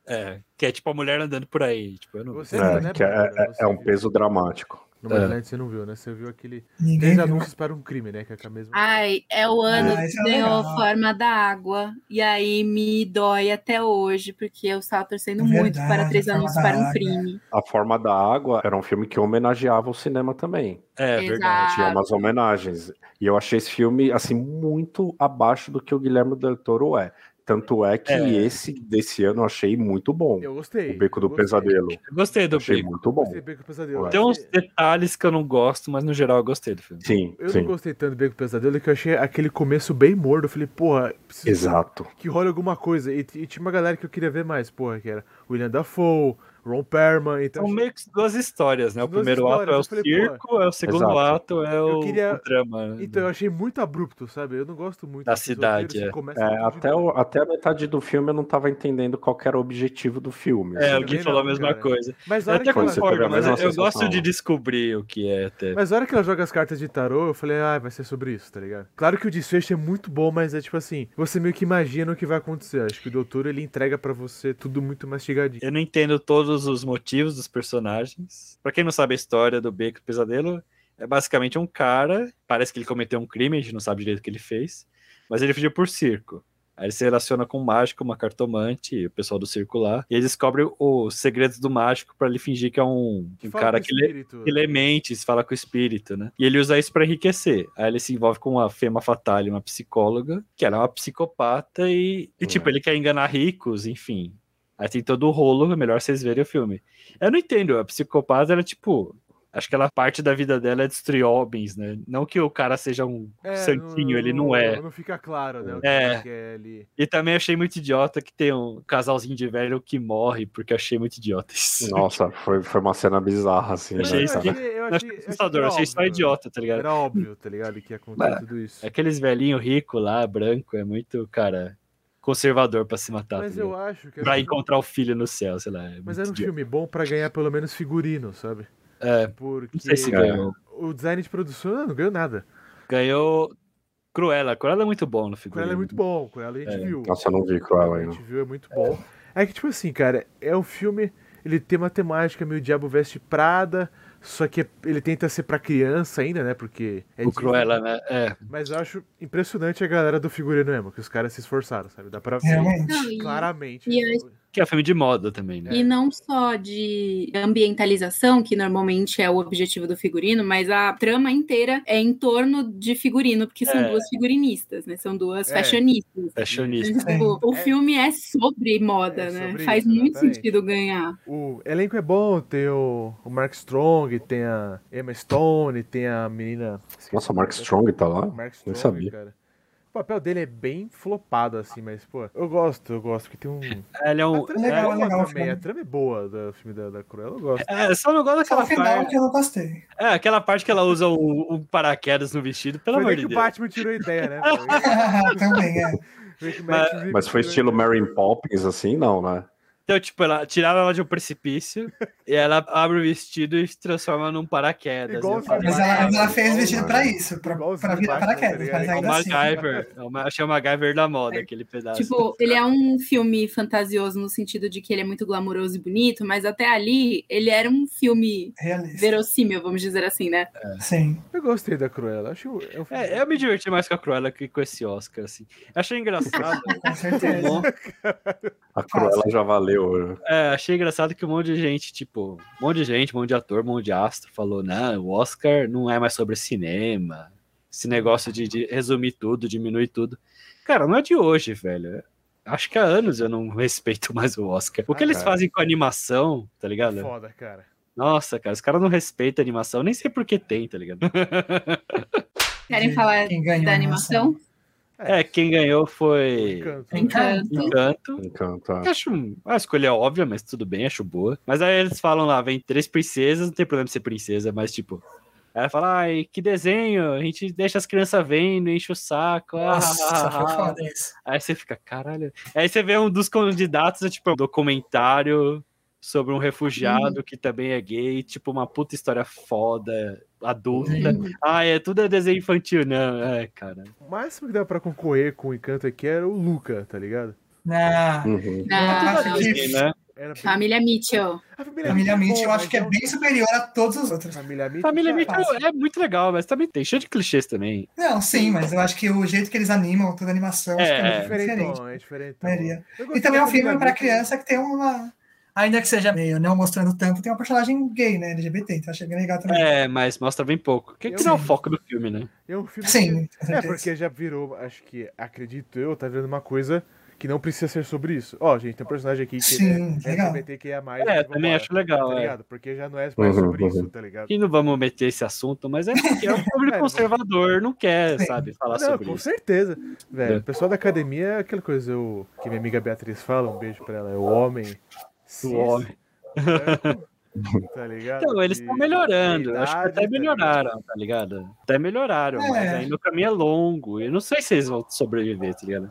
Speaker 2: É, que é tipo a mulher andando por aí. Tipo, eu não vi.
Speaker 1: Você viu, né,
Speaker 6: É, que é,
Speaker 1: Bárbara?
Speaker 6: é-
Speaker 1: Você
Speaker 6: é um
Speaker 1: viu.
Speaker 6: peso dramático.
Speaker 2: É.
Speaker 1: Nomadland você não viu, né? Você viu aquele
Speaker 3: Ninguém
Speaker 1: Três
Speaker 3: viu.
Speaker 1: anúncios para um crime, né? Que é com a mesma.
Speaker 4: Ai, é o ano
Speaker 3: Ah,
Speaker 4: que
Speaker 3: isso é
Speaker 4: ganhou
Speaker 3: legal.
Speaker 4: a forma da água. E aí me dói até hoje, porque eu estava torcendo muito
Speaker 3: Verdade,
Speaker 4: para três
Speaker 3: a Forma
Speaker 4: anúncios
Speaker 3: da
Speaker 4: para um
Speaker 3: Água. né?
Speaker 4: crime.
Speaker 6: A Forma da Água era um filme que homenageava o cinema também.
Speaker 2: É
Speaker 4: Exato.
Speaker 1: Ah,
Speaker 2: verdade.
Speaker 6: Tinha umas homenagens. E eu achei esse filme, assim, muito abaixo do que o Guilherme Del Toro é. Tanto é que
Speaker 2: É.
Speaker 6: esse desse ano eu achei muito bom.
Speaker 1: Eu gostei.
Speaker 6: O Beco
Speaker 1: eu
Speaker 6: do
Speaker 1: gostei.
Speaker 6: Pesadelo.
Speaker 2: Eu gostei do
Speaker 6: Achei
Speaker 2: filme.
Speaker 6: muito
Speaker 1: Eu
Speaker 6: bom.
Speaker 1: Gostei do Beco do Pesadelo.
Speaker 2: Tem
Speaker 1: Eu
Speaker 2: uns
Speaker 1: achei-
Speaker 2: detalhes que eu não gosto, mas no geral eu gostei do filme.
Speaker 6: Sim,
Speaker 1: Eu não
Speaker 6: sim.
Speaker 1: gostei tanto do Beco do Pesadelo que eu achei aquele começo bem morno. Eu falei, porra, preciso
Speaker 6: Exato.
Speaker 1: que role alguma coisa. E, e tinha uma galera que eu queria ver mais, porra, que era William Dafoe, Ron Perman. Então,
Speaker 2: São meio que duas histórias, né? O
Speaker 1: Duas
Speaker 2: primeiro ato é o
Speaker 1: histórias, eu falei, pô,
Speaker 2: circo, é o segundo
Speaker 6: exato.
Speaker 2: ato é o,
Speaker 1: queria-
Speaker 2: o drama.
Speaker 6: Uhum.
Speaker 2: né?
Speaker 1: então eu achei muito abrupto, sabe? Eu não gosto muito
Speaker 2: Da
Speaker 1: desses
Speaker 2: cidade,
Speaker 1: roteiros que
Speaker 2: é.
Speaker 1: começam
Speaker 6: É,
Speaker 1: tudo de
Speaker 6: até, o- até a metade do filme eu não tava entendendo qual que era o objetivo do filme.
Speaker 2: É,
Speaker 6: assim.
Speaker 2: o Gui
Speaker 1: Também
Speaker 2: falou a
Speaker 1: não,
Speaker 2: mesma
Speaker 1: cara.
Speaker 2: coisa.
Speaker 1: Mas a
Speaker 2: Eu
Speaker 1: hora que
Speaker 2: até
Speaker 1: ela- né,
Speaker 6: Quando você teve
Speaker 2: concordo,
Speaker 6: a
Speaker 2: mas
Speaker 6: mesma
Speaker 2: eu
Speaker 6: sensação.
Speaker 2: gosto de descobrir o que é até.
Speaker 1: Mas a hora que ela joga as cartas de tarô, eu falei, ah, vai ser sobre isso, tá ligado? Claro que o desfecho é muito bom, mas é tipo assim, você meio que imagina o que vai acontecer. Acho que o doutor, ele entrega pra você tudo muito mastigadinho.
Speaker 2: Eu não entendo todos os motivos dos personagens. Pra quem não sabe a história do Beco do Pesadelo, é basicamente um cara, parece que ele cometeu um crime, a gente não sabe direito o que ele fez, mas ele fugiu por circo. Aí ele se relaciona com um mágico, uma cartomante, e o pessoal do circo lá, e ele descobre os segredos do mágico pra ele fingir que é um, um
Speaker 1: Fala
Speaker 2: cara
Speaker 1: com o
Speaker 2: que lê,
Speaker 1: espírito.
Speaker 2: que lê mentes, fala com o espírito, né? E ele usa isso pra enriquecer. Aí ele se envolve com uma Fema Fatale, uma psicóloga, que ela é uma psicopata e, e,
Speaker 1: Hum.
Speaker 2: tipo, ele quer enganar ricos, enfim. Aí tem todo o rolo, é melhor vocês verem o filme. Eu não entendo, a psicopata era tipo. Acho que ela parte da vida dela é destruir homens, né? Não que o cara seja um
Speaker 1: É,
Speaker 2: santinho, ele não é.
Speaker 1: Não fica claro, né? O que
Speaker 2: É.
Speaker 1: ele quer ali.
Speaker 2: E também achei muito idiota que tem um casalzinho de velho que morre, porque eu achei muito idiota isso.
Speaker 6: Nossa, foi, foi uma cena bizarra, assim.
Speaker 2: Achei
Speaker 6: né,
Speaker 2: isso
Speaker 1: eu
Speaker 6: cara?
Speaker 2: aqui-
Speaker 1: achei, eu
Speaker 2: Eu
Speaker 1: achei,
Speaker 2: achei
Speaker 1: eu achei
Speaker 2: assustador, eu achei só
Speaker 1: óbvio.
Speaker 2: idiota, tá ligado?
Speaker 1: Era óbvio, tá ligado? Que ia acontecer
Speaker 2: Mas-
Speaker 1: tudo isso.
Speaker 2: Aqueles velhinhos ricos lá, branco, é muito, cara, conservador pra se matar.
Speaker 1: Mas
Speaker 2: tá
Speaker 1: eu
Speaker 2: ligado?
Speaker 1: acho que. era
Speaker 2: Pra
Speaker 1: um filme-
Speaker 2: encontrar o filho no céu, sei lá. é
Speaker 1: Mas
Speaker 2: muito
Speaker 1: era um
Speaker 2: idiota.
Speaker 1: filme bom pra ganhar pelo menos figurino, sabe?
Speaker 2: É,
Speaker 1: Porque
Speaker 2: não sei se
Speaker 6: Cara.
Speaker 2: ganhou.
Speaker 1: o design de produção não ganhou nada.
Speaker 2: Ganhou Cruella. Cruella é muito bom no figurino.
Speaker 1: Cruella é muito bom, Cruella a gente viu.
Speaker 6: Nossa, eu não vi Cruella
Speaker 1: A
Speaker 6: ainda.
Speaker 1: gente viu, é muito bom. É que, tipo assim, cara, é um filme. Ele tem uma temática meio Diabo Veste Prada, só que ele tenta ser pra criança ainda, né? Porque. É
Speaker 2: O
Speaker 1: Disney.
Speaker 2: Cruella, né? É.
Speaker 1: Mas eu acho impressionante a galera do figurino emo, que os caras se esforçaram, sabe? Dá pra ver
Speaker 3: Realmente.
Speaker 4: Não, e-
Speaker 1: claramente.
Speaker 4: e eu
Speaker 2: Que é filme de moda também,
Speaker 1: é.
Speaker 2: né?
Speaker 4: E não só de ambientalização, que normalmente é o objetivo do figurino, mas a trama inteira é em torno de figurino, porque são
Speaker 2: É.
Speaker 4: duas figurinistas, né? São duas
Speaker 1: É.
Speaker 4: fashionistas.
Speaker 2: Fashionista.
Speaker 4: Tipo, o
Speaker 1: É.
Speaker 4: filme é sobre moda,
Speaker 1: É
Speaker 4: né?
Speaker 1: sobre
Speaker 4: Faz
Speaker 1: isso,
Speaker 4: muito
Speaker 1: exatamente.
Speaker 4: sentido ganhar.
Speaker 1: O elenco é bom, tem o, o Mark Strong, tem a Emma Stone, tem a menina.
Speaker 6: Nossa, Mark Strong tá lá?
Speaker 1: Mark
Speaker 6: Nem
Speaker 1: Strong,
Speaker 6: sabia.
Speaker 1: cara. O papel dele é bem flopado, assim, mas, pô, eu gosto, eu gosto, que tem um.
Speaker 2: Ele é
Speaker 1: A
Speaker 2: um.
Speaker 1: trama
Speaker 2: é,
Speaker 1: é,
Speaker 3: legal,
Speaker 1: boa
Speaker 3: legal,
Speaker 1: também,
Speaker 3: filme.
Speaker 1: a trama é boa do filme da, da Cruella, eu gosto.
Speaker 2: é, só não gosto
Speaker 3: Só
Speaker 2: daquela
Speaker 3: o final
Speaker 2: parte.
Speaker 3: que eu não gostei.
Speaker 2: É, aquela parte que ela usa um, um paraquedas no vestido, pelo
Speaker 1: Foi
Speaker 2: amor
Speaker 1: daí
Speaker 2: de
Speaker 1: que o
Speaker 2: Deus.
Speaker 1: Batman tirou a ideia, né? velho?
Speaker 3: Também, é.
Speaker 1: Foi que o
Speaker 2: Mas-
Speaker 1: Matt Reeves
Speaker 6: Mas foi
Speaker 1: tirou a
Speaker 6: estilo
Speaker 1: ideia.
Speaker 6: Mary Poppins, assim? Não, né?
Speaker 2: Então, tipo, ela tiraram ela de um precipício e ela abre o vestido e se transforma num paraquedas. "Ah,
Speaker 1: Igual
Speaker 2: Eu
Speaker 1: o
Speaker 2: falo,
Speaker 3: Mas ela,
Speaker 1: Igual,
Speaker 3: ela fez
Speaker 1: mano.
Speaker 3: vestido pra isso, pra,
Speaker 1: Igualzinho
Speaker 3: pra virar
Speaker 1: Batman, tá
Speaker 3: paraquedas,
Speaker 1: ligado?
Speaker 3: mas
Speaker 2: É o
Speaker 3: ainda assim.
Speaker 2: MacGyver. É o Ma- Achei o MacGyver da moda, aquele pedaço.
Speaker 4: Tipo, ele é um filme fantasioso no sentido de que ele é muito glamouroso e bonito, mas até ali ele era um filme
Speaker 3: Realista.
Speaker 4: verossímil, vamos dizer assim, né?
Speaker 3: Sim.
Speaker 1: Eu gostei da Cruella, acho que é um filme-
Speaker 2: É, eu me diverti mais com a Cruella que com esse Oscar, assim. Achei engraçado.
Speaker 3: Com
Speaker 2: que um
Speaker 3: certeza.
Speaker 2: mon-
Speaker 6: A Cruella já valeu. né?
Speaker 2: é, achei engraçado que um monte de gente, tipo, um monte de gente, um monte de ator, um monte de astro falou, não, o Oscar não é mais sobre cinema. Esse negócio de, de resumir tudo, diminuir tudo. Cara, não é de hoje, velho. Acho que há anos eu não respeito mais o Oscar. O
Speaker 1: Ah,
Speaker 2: que eles
Speaker 6: cara.
Speaker 2: fazem com animação, tá ligado?
Speaker 1: foda, cara.
Speaker 2: Nossa, cara, os caras não respeitam a animação, nem sei por que tem, tá ligado?
Speaker 4: Querem falar
Speaker 3: Quem ganhou
Speaker 4: da
Speaker 3: a
Speaker 4: animação?
Speaker 2: É, quem ganhou foi
Speaker 1: um Encanto.
Speaker 3: Encanto.
Speaker 2: Encanto.
Speaker 6: Encanto. é.
Speaker 3: Ah.
Speaker 2: Eu Acho um- a escolha é óbvia, mas tudo bem, acho boa. Mas aí eles falam lá, vem três princesas, não tem problema de ser princesa, mas tipo. aí Ela fala, ai, que desenho, a gente deixa as crianças vendo, enche o saco. ah, ah,
Speaker 3: Nossa,
Speaker 2: ah,
Speaker 3: foi
Speaker 2: ah."
Speaker 3: foda isso.
Speaker 2: Aí você fica, caralho. Aí você vê um dos candidatos, é, tipo, um documentário sobre um
Speaker 3: Uhum.
Speaker 2: refugiado que também é gay, tipo, uma puta história foda, adulta.
Speaker 3: Uhum.
Speaker 2: Ah, é tudo é desenho infantil, não. É, cara.
Speaker 1: né? O máximo que dava pra concorrer com o Encanto aqui era o Luca, tá ligado?
Speaker 3: Na
Speaker 6: Uhum.
Speaker 4: Da
Speaker 3: Acho que-
Speaker 2: Disney, né?
Speaker 1: Era bem-
Speaker 4: família Mitchell.
Speaker 1: A família
Speaker 3: família
Speaker 1: Mitchell,
Speaker 3: Mitch, eu
Speaker 1: mas
Speaker 3: acho que é
Speaker 1: um-
Speaker 3: bem superior a todos os outros.
Speaker 1: Família Mitchell.
Speaker 2: Família
Speaker 1: cara,
Speaker 2: Mitchell é muito legal, mas também tem cheio de clichês também.
Speaker 3: Não, sim, mas eu acho que o jeito que eles animam toda a animação acho que
Speaker 2: É,
Speaker 3: é,
Speaker 1: É
Speaker 3: muito diferente.
Speaker 1: diferentão, é diferentão.
Speaker 3: Maria.
Speaker 1: Eu
Speaker 3: E
Speaker 1: gostei
Speaker 3: também é
Speaker 1: da
Speaker 3: um filme
Speaker 1: Família né?
Speaker 3: pra
Speaker 1: Mitchell.
Speaker 3: criança que tem uma. Ainda que seja meio não mostrando tanto, tem uma personagem gay, né? LGBT, então achei bem legal também.
Speaker 2: É, mas mostra bem pouco. Que que
Speaker 1: Eu-
Speaker 2: não é o foco do filme, né?
Speaker 1: É um filme
Speaker 3: Sim, com
Speaker 1: que- É,
Speaker 3: certeza.
Speaker 1: porque já virou, acho que, acredito eu, tá virando uma coisa que não precisa ser sobre isso. Ó, gente, tem um personagem aqui que
Speaker 3: Sim,
Speaker 1: ele é
Speaker 3: legal.
Speaker 1: LGBTQIA+.
Speaker 2: É, também acho legal.
Speaker 1: Tá
Speaker 2: é.
Speaker 1: ligado? Porque já não é mais
Speaker 6: Uhum,
Speaker 1: sobre isso,
Speaker 6: uhum.
Speaker 1: tá ligado?
Speaker 2: E não vamos meter esse assunto, mas é porque é um público
Speaker 1: É,
Speaker 2: conservador, não quer, sabe, falar
Speaker 1: Não,
Speaker 2: sobre
Speaker 1: com
Speaker 2: isso.
Speaker 1: certeza. Velho,
Speaker 2: É.
Speaker 1: o pessoal da academia é aquela coisa eu, que minha amiga Beatriz fala, um beijo pra ela, é o homem. cis,
Speaker 2: O homem.
Speaker 1: branco, tá ligado?
Speaker 2: Então, eles
Speaker 1: De-
Speaker 2: estão melhorando.
Speaker 1: de
Speaker 2: acho que
Speaker 1: idade, tá
Speaker 2: até melhoraram, tá ligado? Até melhoraram,
Speaker 3: É.
Speaker 2: mas ainda o caminho é longo. Eu não sei se eles vão sobreviver, tá ligado?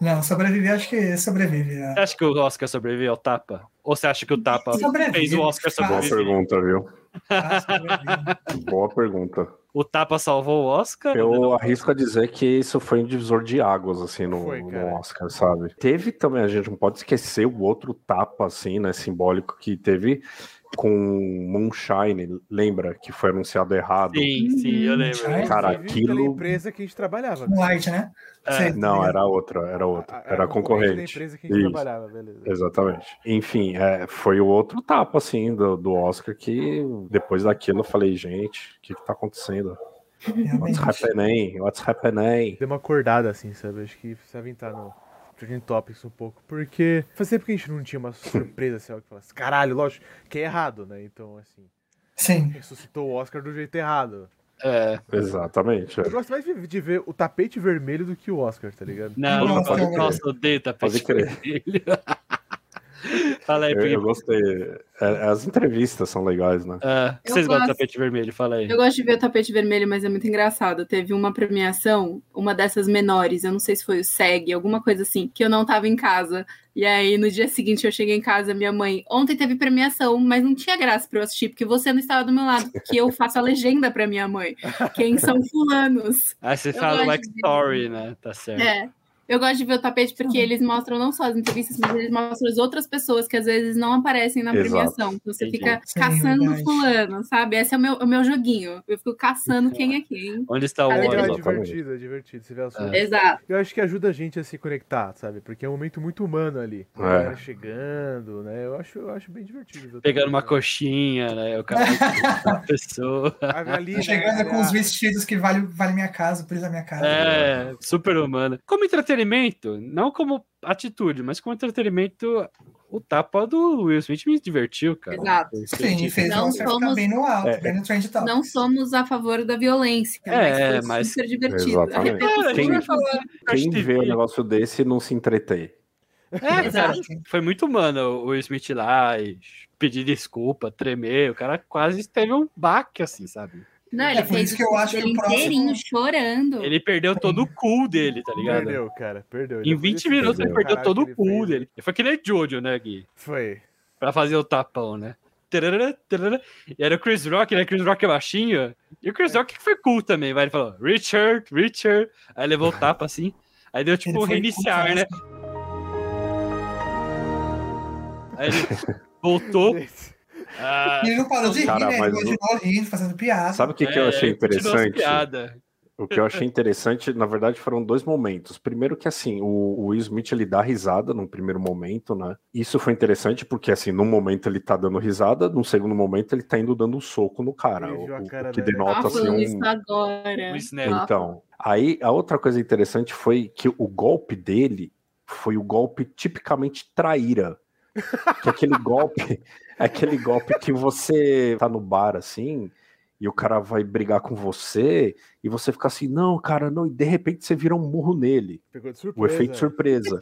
Speaker 3: Não, sobreviver, acho que sobrevive. né?
Speaker 2: Você acha que o Oscar sobreviveu ao tapa? Ou você acha que o tapa
Speaker 3: Sobrevive,
Speaker 2: fez o Oscar
Speaker 6: Boa
Speaker 3: fácil.
Speaker 2: sobreviver?
Speaker 6: pergunta, viu?
Speaker 3: Ah, sobrevive.
Speaker 6: Boa pergunta.
Speaker 2: O tapa salvou o Oscar?
Speaker 6: Eu arrisco a dizer que isso foi um divisor de águas, assim, no,
Speaker 1: Foi,
Speaker 6: no
Speaker 1: cara.
Speaker 6: Oscar, sabe? Teve também, a gente não pode esquecer o outro tapa, assim, né, simbólico que teve com Moonshine, lembra? Que foi anunciado errado.
Speaker 2: Sim, sim, eu lembro.
Speaker 3: Uhum.
Speaker 6: Cara,
Speaker 1: Inclusive, pela
Speaker 6: aquilo-
Speaker 1: empresa que a gente trabalhava. né?
Speaker 3: Moonlight, né?
Speaker 2: É.
Speaker 3: Sei,
Speaker 6: Não,
Speaker 3: tá ligado?
Speaker 6: era outra, era outra.
Speaker 1: A- a-
Speaker 6: era
Speaker 1: a da
Speaker 6: concorrente.
Speaker 1: empresa que a gente
Speaker 6: Isso.
Speaker 1: trabalhava, beleza.
Speaker 6: Exatamente. Enfim, é, foi o outro tapa, assim, do, do Oscar que depois daquilo eu falei, gente, o que que tá acontecendo?
Speaker 3: É,
Speaker 6: What's
Speaker 3: Realmente.
Speaker 6: happening? What's happening?
Speaker 1: Dei uma acordada, assim, sabe? Acho que precisava entrar no Trending Topics um pouco, porque faz tempo que a gente não tinha uma surpresa, assim, algo que falasse, caralho, lógico, que é errado, né? Então, assim,
Speaker 3: Sim.
Speaker 1: ressuscitou o Oscar do jeito errado.
Speaker 2: É.
Speaker 6: Exatamente. é.
Speaker 1: Eu gosto mais de de ver o tapete vermelho do que o Oscar, tá ligado?
Speaker 2: Não,
Speaker 3: Nossa,
Speaker 2: nossa,
Speaker 3: pode
Speaker 2: nossa, eu odeio
Speaker 6: Pode
Speaker 2: tapete
Speaker 6: crer.
Speaker 2: vermelho. Fala aí,
Speaker 6: Eu,
Speaker 2: porque...
Speaker 6: eu gostei. É, as entrevistas são legais, né?
Speaker 2: Ah, o que
Speaker 4: Eu
Speaker 2: vocês gostam do
Speaker 4: gosto.
Speaker 2: tapete vermelho? Fala aí.
Speaker 4: Eu gosto de ver o tapete vermelho, mas é muito engraçado. Teve uma premiação, uma dessas menores, eu não sei se foi o SEG, alguma coisa assim, que eu não tava em casa. E aí, no dia seguinte, eu cheguei em casa, minha mãe, ontem teve premiação, mas não tinha graça pra eu assistir, porque você não estava do meu lado, porque eu faço a legenda pra minha mãe. Quem são fulanos?
Speaker 2: Ah, você
Speaker 4: eu
Speaker 2: fala
Speaker 4: gosto
Speaker 2: like
Speaker 4: de-
Speaker 2: story, né? Tá certo.
Speaker 4: É. Eu gosto de ver o tapete porque eles mostram não só as entrevistas, mas eles mostram as outras pessoas que às vezes não aparecem na
Speaker 6: Exato.
Speaker 4: premiação. Então, Você
Speaker 2: Entendi.
Speaker 4: fica
Speaker 3: Sim,
Speaker 4: caçando
Speaker 3: verdade.
Speaker 4: fulano, sabe? Esse é o meu, o meu joguinho. Eu fico caçando quem é quem.
Speaker 2: Onde está o
Speaker 4: Ah,
Speaker 1: É
Speaker 2: Orlando?
Speaker 6: Exatamente.
Speaker 1: divertido, é divertido. Você vê as fotos.
Speaker 4: Exato.
Speaker 1: Eu acho que ajuda a gente a se conectar, sabe? Porque é um momento muito humano ali. A
Speaker 6: É.
Speaker 1: galera chegando, né? Eu acho, eu acho bem divertido.
Speaker 2: Pegando uma coxinha, né? O cara a pessoa.
Speaker 1: A ali, né,
Speaker 3: Tá Chegando com
Speaker 1: olha,
Speaker 3: os vestidos que vale, vale minha casa, o preço da minha casa.
Speaker 2: É, super humana. Como entretenimento, não como atitude, mas como entretenimento, o tapa do Will Smith me divertiu, cara.
Speaker 4: Exato.
Speaker 2: Foi
Speaker 3: Sim,
Speaker 2: científico.
Speaker 3: fez um
Speaker 4: Não
Speaker 3: você ficar
Speaker 4: somos-
Speaker 3: tá bem no alto,
Speaker 6: É.
Speaker 3: bem no trend top.
Speaker 4: Não somos a favor da violência,
Speaker 2: É,
Speaker 4: mas foi
Speaker 2: mas-
Speaker 4: super divertido. A
Speaker 6: Exatamente.
Speaker 4: repercussão
Speaker 2: Cara,
Speaker 4: foi
Speaker 6: quem- Quem
Speaker 2: Acho que-
Speaker 6: vê um negócio desse não se entretém.
Speaker 2: né? É, cara,
Speaker 4: Exato.
Speaker 2: foi muito humano o Will Smith lá e pedir desculpa, tremer. O cara quase teve um baque, assim, sabe?
Speaker 4: Não, ele
Speaker 3: É por
Speaker 4: fez
Speaker 3: isso
Speaker 4: o
Speaker 3: que eu
Speaker 4: filme
Speaker 3: acho que
Speaker 4: dele
Speaker 3: o próximo-
Speaker 4: inteirinho chorando.
Speaker 2: Ele perdeu todo o cool dele, tá ligado?
Speaker 1: Perdeu, cara, perdeu.
Speaker 2: Em
Speaker 1: Depois
Speaker 2: 20
Speaker 1: desse
Speaker 2: minutos ele
Speaker 1: vídeo,
Speaker 2: perdeu
Speaker 1: caralho,
Speaker 2: todo
Speaker 1: que
Speaker 2: o cool
Speaker 1: né? fez, um
Speaker 2: dele. Ele foi que nem Jojo, né, Gui?
Speaker 1: Foi.
Speaker 2: Pra fazer o tapão, né? Tarará, tarará. E era o Chris Rock, né? Chris Rock é baixinho. E o Chris Rock que foi cool também, vai. Ele falou, Richard, Richard. Aí levou o tapa assim. Aí deu tipo
Speaker 3: Ele
Speaker 2: um
Speaker 3: foi
Speaker 2: reiniciar,
Speaker 3: cool,
Speaker 2: né? Aí ele voltou. Ah,
Speaker 3: E ele não parou de rir,
Speaker 6: Cara,
Speaker 3: né? Ele
Speaker 6: mas
Speaker 3: continuou rindo, fazendo piada.
Speaker 6: Sabe o que, que eu
Speaker 2: é,
Speaker 6: achei
Speaker 2: continuou as
Speaker 6: interessante?
Speaker 2: piada.
Speaker 6: O que eu achei interessante, na verdade, foram dois momentos. Primeiro que, assim, o, o Will Smith, ele dá risada num primeiro momento, né? Isso foi interessante porque, assim, num momento ele tá dando risada, num segundo momento ele tá indo dando um soco no cara.
Speaker 1: Beijou
Speaker 6: O,
Speaker 1: a
Speaker 6: o- o
Speaker 1: cara
Speaker 6: que
Speaker 1: dela.
Speaker 4: Tava
Speaker 6: denota, assim,
Speaker 4: falando isso
Speaker 6: um...
Speaker 4: agora.
Speaker 2: Um snap.
Speaker 6: Então, aí a outra coisa interessante foi que o golpe dele foi o golpe tipicamente traíra. Que é aquele golpe, é aquele golpe que você tá no bar assim, e o cara vai brigar com você, e você fica assim, não, cara, não, e de repente você vira um murro nele.
Speaker 1: Pegou de
Speaker 6: O
Speaker 1: surpresa.
Speaker 2: é.
Speaker 6: efeito surpresa.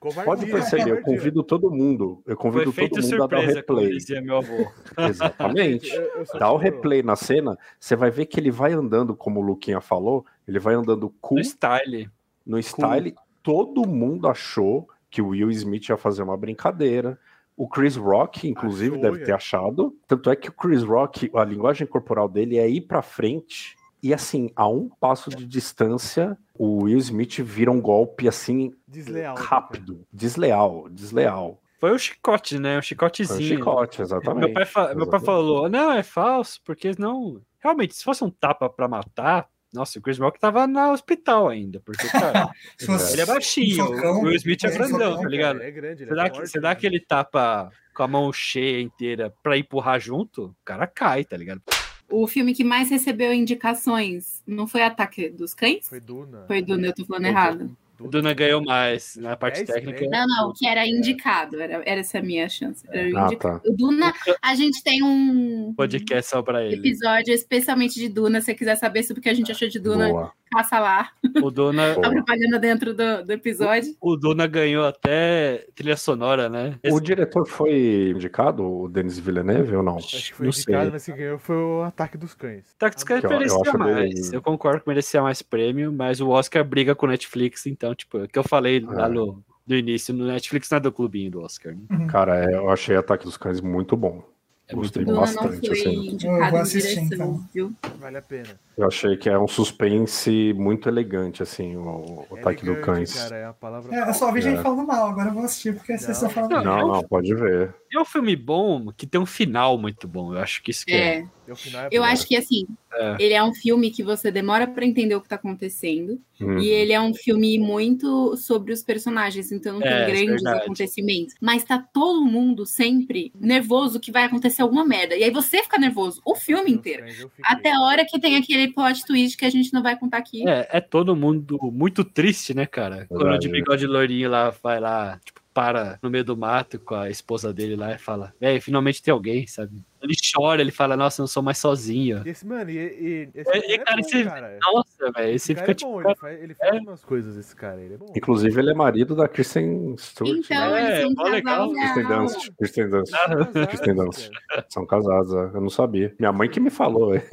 Speaker 1: Covardia,
Speaker 6: Pode perceber, eu
Speaker 1: covardia.
Speaker 6: convido todo mundo. Eu
Speaker 2: Foi
Speaker 6: convido
Speaker 2: feito
Speaker 6: todo mundo a dar o
Speaker 2: surpresa, É. como
Speaker 6: replay.
Speaker 2: dizia meu avô.
Speaker 6: Exatamente.
Speaker 1: Eu- eu tipo só
Speaker 6: Dá o
Speaker 1: tô-
Speaker 6: replay na cena, você vai ver que ele vai andando, como o Luquinha falou, ele vai andando
Speaker 2: No
Speaker 6: cool,
Speaker 2: style.
Speaker 6: no style. Todo mundo achou que o Will Smith ia fazer uma brincadeira. O Chris Rock, inclusive,
Speaker 1: Achou,
Speaker 6: deve
Speaker 1: é.
Speaker 6: ter achado. Tanto é que o Chris Rock, a linguagem corporal dele é ir pra frente. E assim, a um passo de distância, o Will Smith vira um golpe assim,
Speaker 1: Desleal. né,
Speaker 6: rápido, desleal, desleal.
Speaker 2: Foi um chicote, né? Um
Speaker 6: Foi um
Speaker 2: chicotezinho.
Speaker 6: chicote, exatamente. Ah,
Speaker 2: Meu pai, fa- meu pai
Speaker 6: Exatamente.
Speaker 2: falou, não, é falso, porque não. Realmente, se fosse um tapa pra matar, nossa, o Chris Rock tava no hospital ainda, porque, cara,
Speaker 3: Se fosse
Speaker 2: ele é baixinho,
Speaker 3: um socão,
Speaker 2: o Will Smith é
Speaker 3: um
Speaker 2: grandão,
Speaker 3: socão,
Speaker 2: tá
Speaker 1: cara?
Speaker 2: ligado?
Speaker 1: Ele é grande, ele
Speaker 2: Você
Speaker 1: é
Speaker 2: dá,
Speaker 1: forte,
Speaker 2: você dá
Speaker 1: né?
Speaker 2: aquele tapa com a mão cheia inteira pra empurrar junto, o cara cai, tá ligado?
Speaker 4: O filme que mais recebeu indicações não foi Ataque dos Cães?
Speaker 1: Foi Duna.
Speaker 4: Foi Duna, eu tô falando
Speaker 1: Foi
Speaker 4: errado.
Speaker 2: O Duna ganhou mais na parte
Speaker 1: É isso,
Speaker 2: técnica.
Speaker 1: né?
Speaker 4: Não, não, que era indicado. Era, era essa a minha chance. Era
Speaker 6: Ah,
Speaker 4: indica-
Speaker 6: tá.
Speaker 4: O Duna, a gente tem um
Speaker 2: Podcast é só pra ele.
Speaker 4: episódio especialmente de Duna. Se você quiser saber sobre o que a gente achou de
Speaker 2: né?
Speaker 4: Duna,
Speaker 6: Boa.
Speaker 4: passa lá.
Speaker 2: O Duna,
Speaker 4: A
Speaker 6: Boa.
Speaker 4: propaganda dentro do, do episódio.
Speaker 2: o Duna ganhou até trilha sonora, né?
Speaker 6: O diretor foi indicado, o Denis Villeneuve, ou não?
Speaker 1: Acho que foi
Speaker 6: não
Speaker 1: indicado,
Speaker 6: sei.
Speaker 1: mas quem ganhou foi o Ataque dos Cães. Ah,
Speaker 2: Tá que
Speaker 6: Que eu- eu
Speaker 2: merecia
Speaker 6: acho
Speaker 2: mais.
Speaker 6: bem-
Speaker 2: Eu concordo que merecia mais prêmio, mas o Oscar briga com o Netflix, então, tipo, é o que eu falei lá
Speaker 6: Ah.
Speaker 2: no, no início, no Netflix não é do clubinho do Oscar. né?
Speaker 3: Uhum.
Speaker 6: Cara, é, eu achei Ataque dos Cães muito bom.
Speaker 2: É
Speaker 6: Gostei
Speaker 2: muito
Speaker 4: Duna
Speaker 2: bom.
Speaker 4: não
Speaker 6: bastante,
Speaker 4: foi
Speaker 6: assim.
Speaker 3: Eu
Speaker 4: indicado
Speaker 3: vou
Speaker 4: em
Speaker 3: assistir,
Speaker 4: direção,
Speaker 3: então.
Speaker 4: viu?
Speaker 1: Vale a pena.
Speaker 6: Eu achei que é um suspense muito elegante, assim, o, o
Speaker 1: É
Speaker 6: Ataque do
Speaker 1: elegante,
Speaker 6: Cães.
Speaker 1: Cara, é a palavra.
Speaker 3: É, eu só vi gente
Speaker 6: É.
Speaker 3: falando mal, agora eu vou assistir, porque vocês estão falando
Speaker 2: Não,
Speaker 3: mal.
Speaker 6: Não, não, pode ver.
Speaker 2: É um filme bom que tem um final muito bom. Eu acho que isso que é.
Speaker 4: É.
Speaker 1: E o final é
Speaker 4: Eu
Speaker 1: bom.
Speaker 4: acho que assim,
Speaker 2: É.
Speaker 4: ele é um filme que você demora pra entender o que tá acontecendo.
Speaker 6: Hum.
Speaker 2: Uhum.
Speaker 4: E ele é um filme muito sobre os personagens, então não tem
Speaker 2: É,
Speaker 4: grandes
Speaker 2: verdade.
Speaker 4: acontecimentos. Mas tá todo mundo sempre nervoso que vai acontecer alguma merda. E aí você fica nervoso o filme
Speaker 1: Dos
Speaker 4: inteiro.
Speaker 1: Cães, eu fiquei.
Speaker 4: Até a hora que tem aquele plot twist que a gente não vai contar aqui.
Speaker 2: É, é todo mundo muito triste, né, cara? Quando o de
Speaker 6: Verdade.
Speaker 2: bigode loirinho lá vai lá, tipo, para no meio do mato com a esposa dele lá e fala: velho, finalmente tem alguém, sabe? Ele chora, ele fala: nossa, eu não sou mais sozinho.
Speaker 1: E esse, mano, e, e- esse cara
Speaker 2: É,
Speaker 1: é
Speaker 2: e, cara,
Speaker 1: bom,
Speaker 2: esse-
Speaker 1: cara.
Speaker 2: Nossa, velho,
Speaker 1: Esse
Speaker 2: você
Speaker 1: cara
Speaker 2: fica
Speaker 1: é
Speaker 2: tipo.
Speaker 1: bom, ele faz, ele faz umas coisas, esse cara, ele é bom.
Speaker 6: Inclusive, ele é marido da Kristen Stewart.
Speaker 4: Então,
Speaker 6: né?
Speaker 2: É,
Speaker 4: eles são um
Speaker 2: mó legal.
Speaker 4: casal
Speaker 6: Kristen
Speaker 4: real.
Speaker 6: Dunst. Kristen Dunst.
Speaker 1: Casado,
Speaker 6: Kristen Dunst.
Speaker 1: cara.
Speaker 6: São casados, é. eu não sabia. Minha mãe que me falou. é.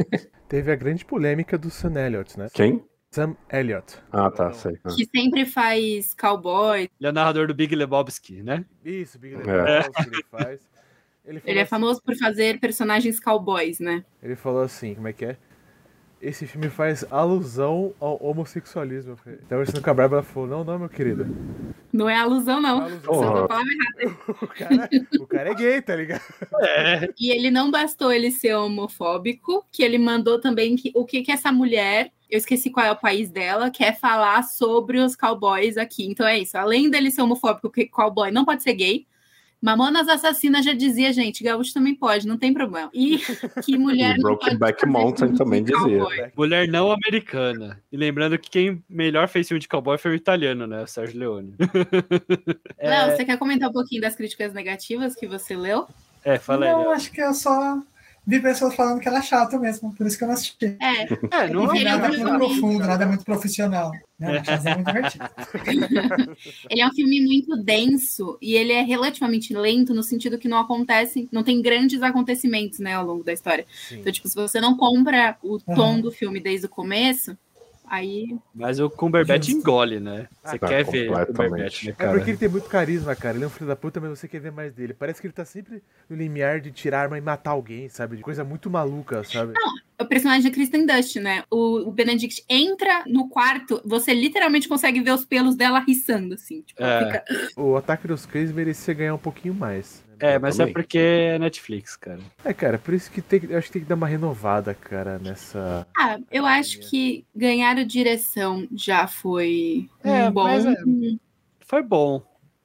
Speaker 1: Teve a grande polêmica do Sam Elliott, né?
Speaker 6: Quem?
Speaker 1: Sam Elliott.
Speaker 6: Ah, tá, sei. Ah.
Speaker 4: Que sempre faz cowboy.
Speaker 2: Ele é o narrador do Big Lebowski, né?
Speaker 1: Isso, Big
Speaker 6: É.
Speaker 1: Lebowski, é. o que ele faz. Ele, falou
Speaker 4: Ele é
Speaker 1: assim-
Speaker 4: famoso por fazer personagens cowboys, né?
Speaker 1: Ele falou assim, como é que é? Esse filme faz alusão ao homossexualismo. Então, Eu falei, Tava conversando com a Bárbara, ela falou, não, não, meu querido.
Speaker 4: Não é alusão, não.
Speaker 1: Alusão.
Speaker 4: Você tá
Speaker 6: Porra.
Speaker 4: falando errado.
Speaker 1: O cara, o cara é gay, tá ligado?
Speaker 2: É.
Speaker 4: E ele não bastou ele ser homofóbico, que ele mandou também que, o que, que essa mulher, eu esqueci qual é o país dela, quer falar sobre os cowboys aqui. Então é isso. Além dele ser homofóbico, que cowboy não pode ser gay. Mamonas Assassinas já dizia, gente, gaúcho também pode, não tem problema. E que mulher
Speaker 6: E
Speaker 4: não pode
Speaker 6: Brokeback
Speaker 4: fazer
Speaker 6: Mountain
Speaker 4: filme de
Speaker 6: também dizia.
Speaker 4: cowboy.
Speaker 2: Mulher não americana. E lembrando que quem melhor fez filme de cowboy foi o italiano, né? O Sérgio Leone.
Speaker 4: Léo,
Speaker 2: é,
Speaker 4: você quer comentar um pouquinho das críticas negativas que você leu?
Speaker 2: é, fala aí.
Speaker 3: não,
Speaker 2: Léo.
Speaker 3: acho que eu só vi pessoas falando que ela é chata mesmo, por isso que eu não assisti.
Speaker 4: É,
Speaker 2: É,
Speaker 3: Não,
Speaker 2: não
Speaker 4: Ele
Speaker 3: vi
Speaker 4: é um
Speaker 3: nada muito
Speaker 4: filme-
Speaker 3: profundo, nada muito profissional. Não, mas é muito divertido.
Speaker 4: Ele é um filme muito denso e ele é relativamente lento no sentido que não acontecem, não tem grandes acontecimentos, né, ao longo da história.
Speaker 1: Sim.
Speaker 4: Então, tipo, se você não compra o tom
Speaker 3: Aham.
Speaker 4: do filme desde o começo, aí
Speaker 2: Mas o Cumberbatch
Speaker 3: Justo.
Speaker 2: engole, né? Você
Speaker 1: Ah,
Speaker 2: quer ver o
Speaker 6: completamente.
Speaker 2: Cumberbatch, né,
Speaker 1: É
Speaker 2: cara?
Speaker 1: porque ele tem muito carisma, cara. Ele é um filho da puta, mas você quer ver mais dele. Parece que ele tá sempre no limiar de tirar arma e matar alguém, sabe? De coisa muito maluca, sabe?
Speaker 4: é o personagem da Kristen Dust, né? O, o Benedict entra no quarto, você literalmente consegue ver os pelos dela riçando, assim. Tipo,
Speaker 2: É.
Speaker 4: fica-
Speaker 1: O Ataque dos Cães merecia ganhar um pouquinho mais.
Speaker 2: É, mas é
Speaker 6: Também.
Speaker 2: porque é Netflix, cara.
Speaker 1: É, cara, por isso que tem, que- eu acho que tem que dar uma renovada, cara, nessa.
Speaker 4: Ah, eu
Speaker 2: é.
Speaker 4: acho que ganhar a direção já foi
Speaker 2: É,
Speaker 4: um bom.
Speaker 2: mas é- Foi bom.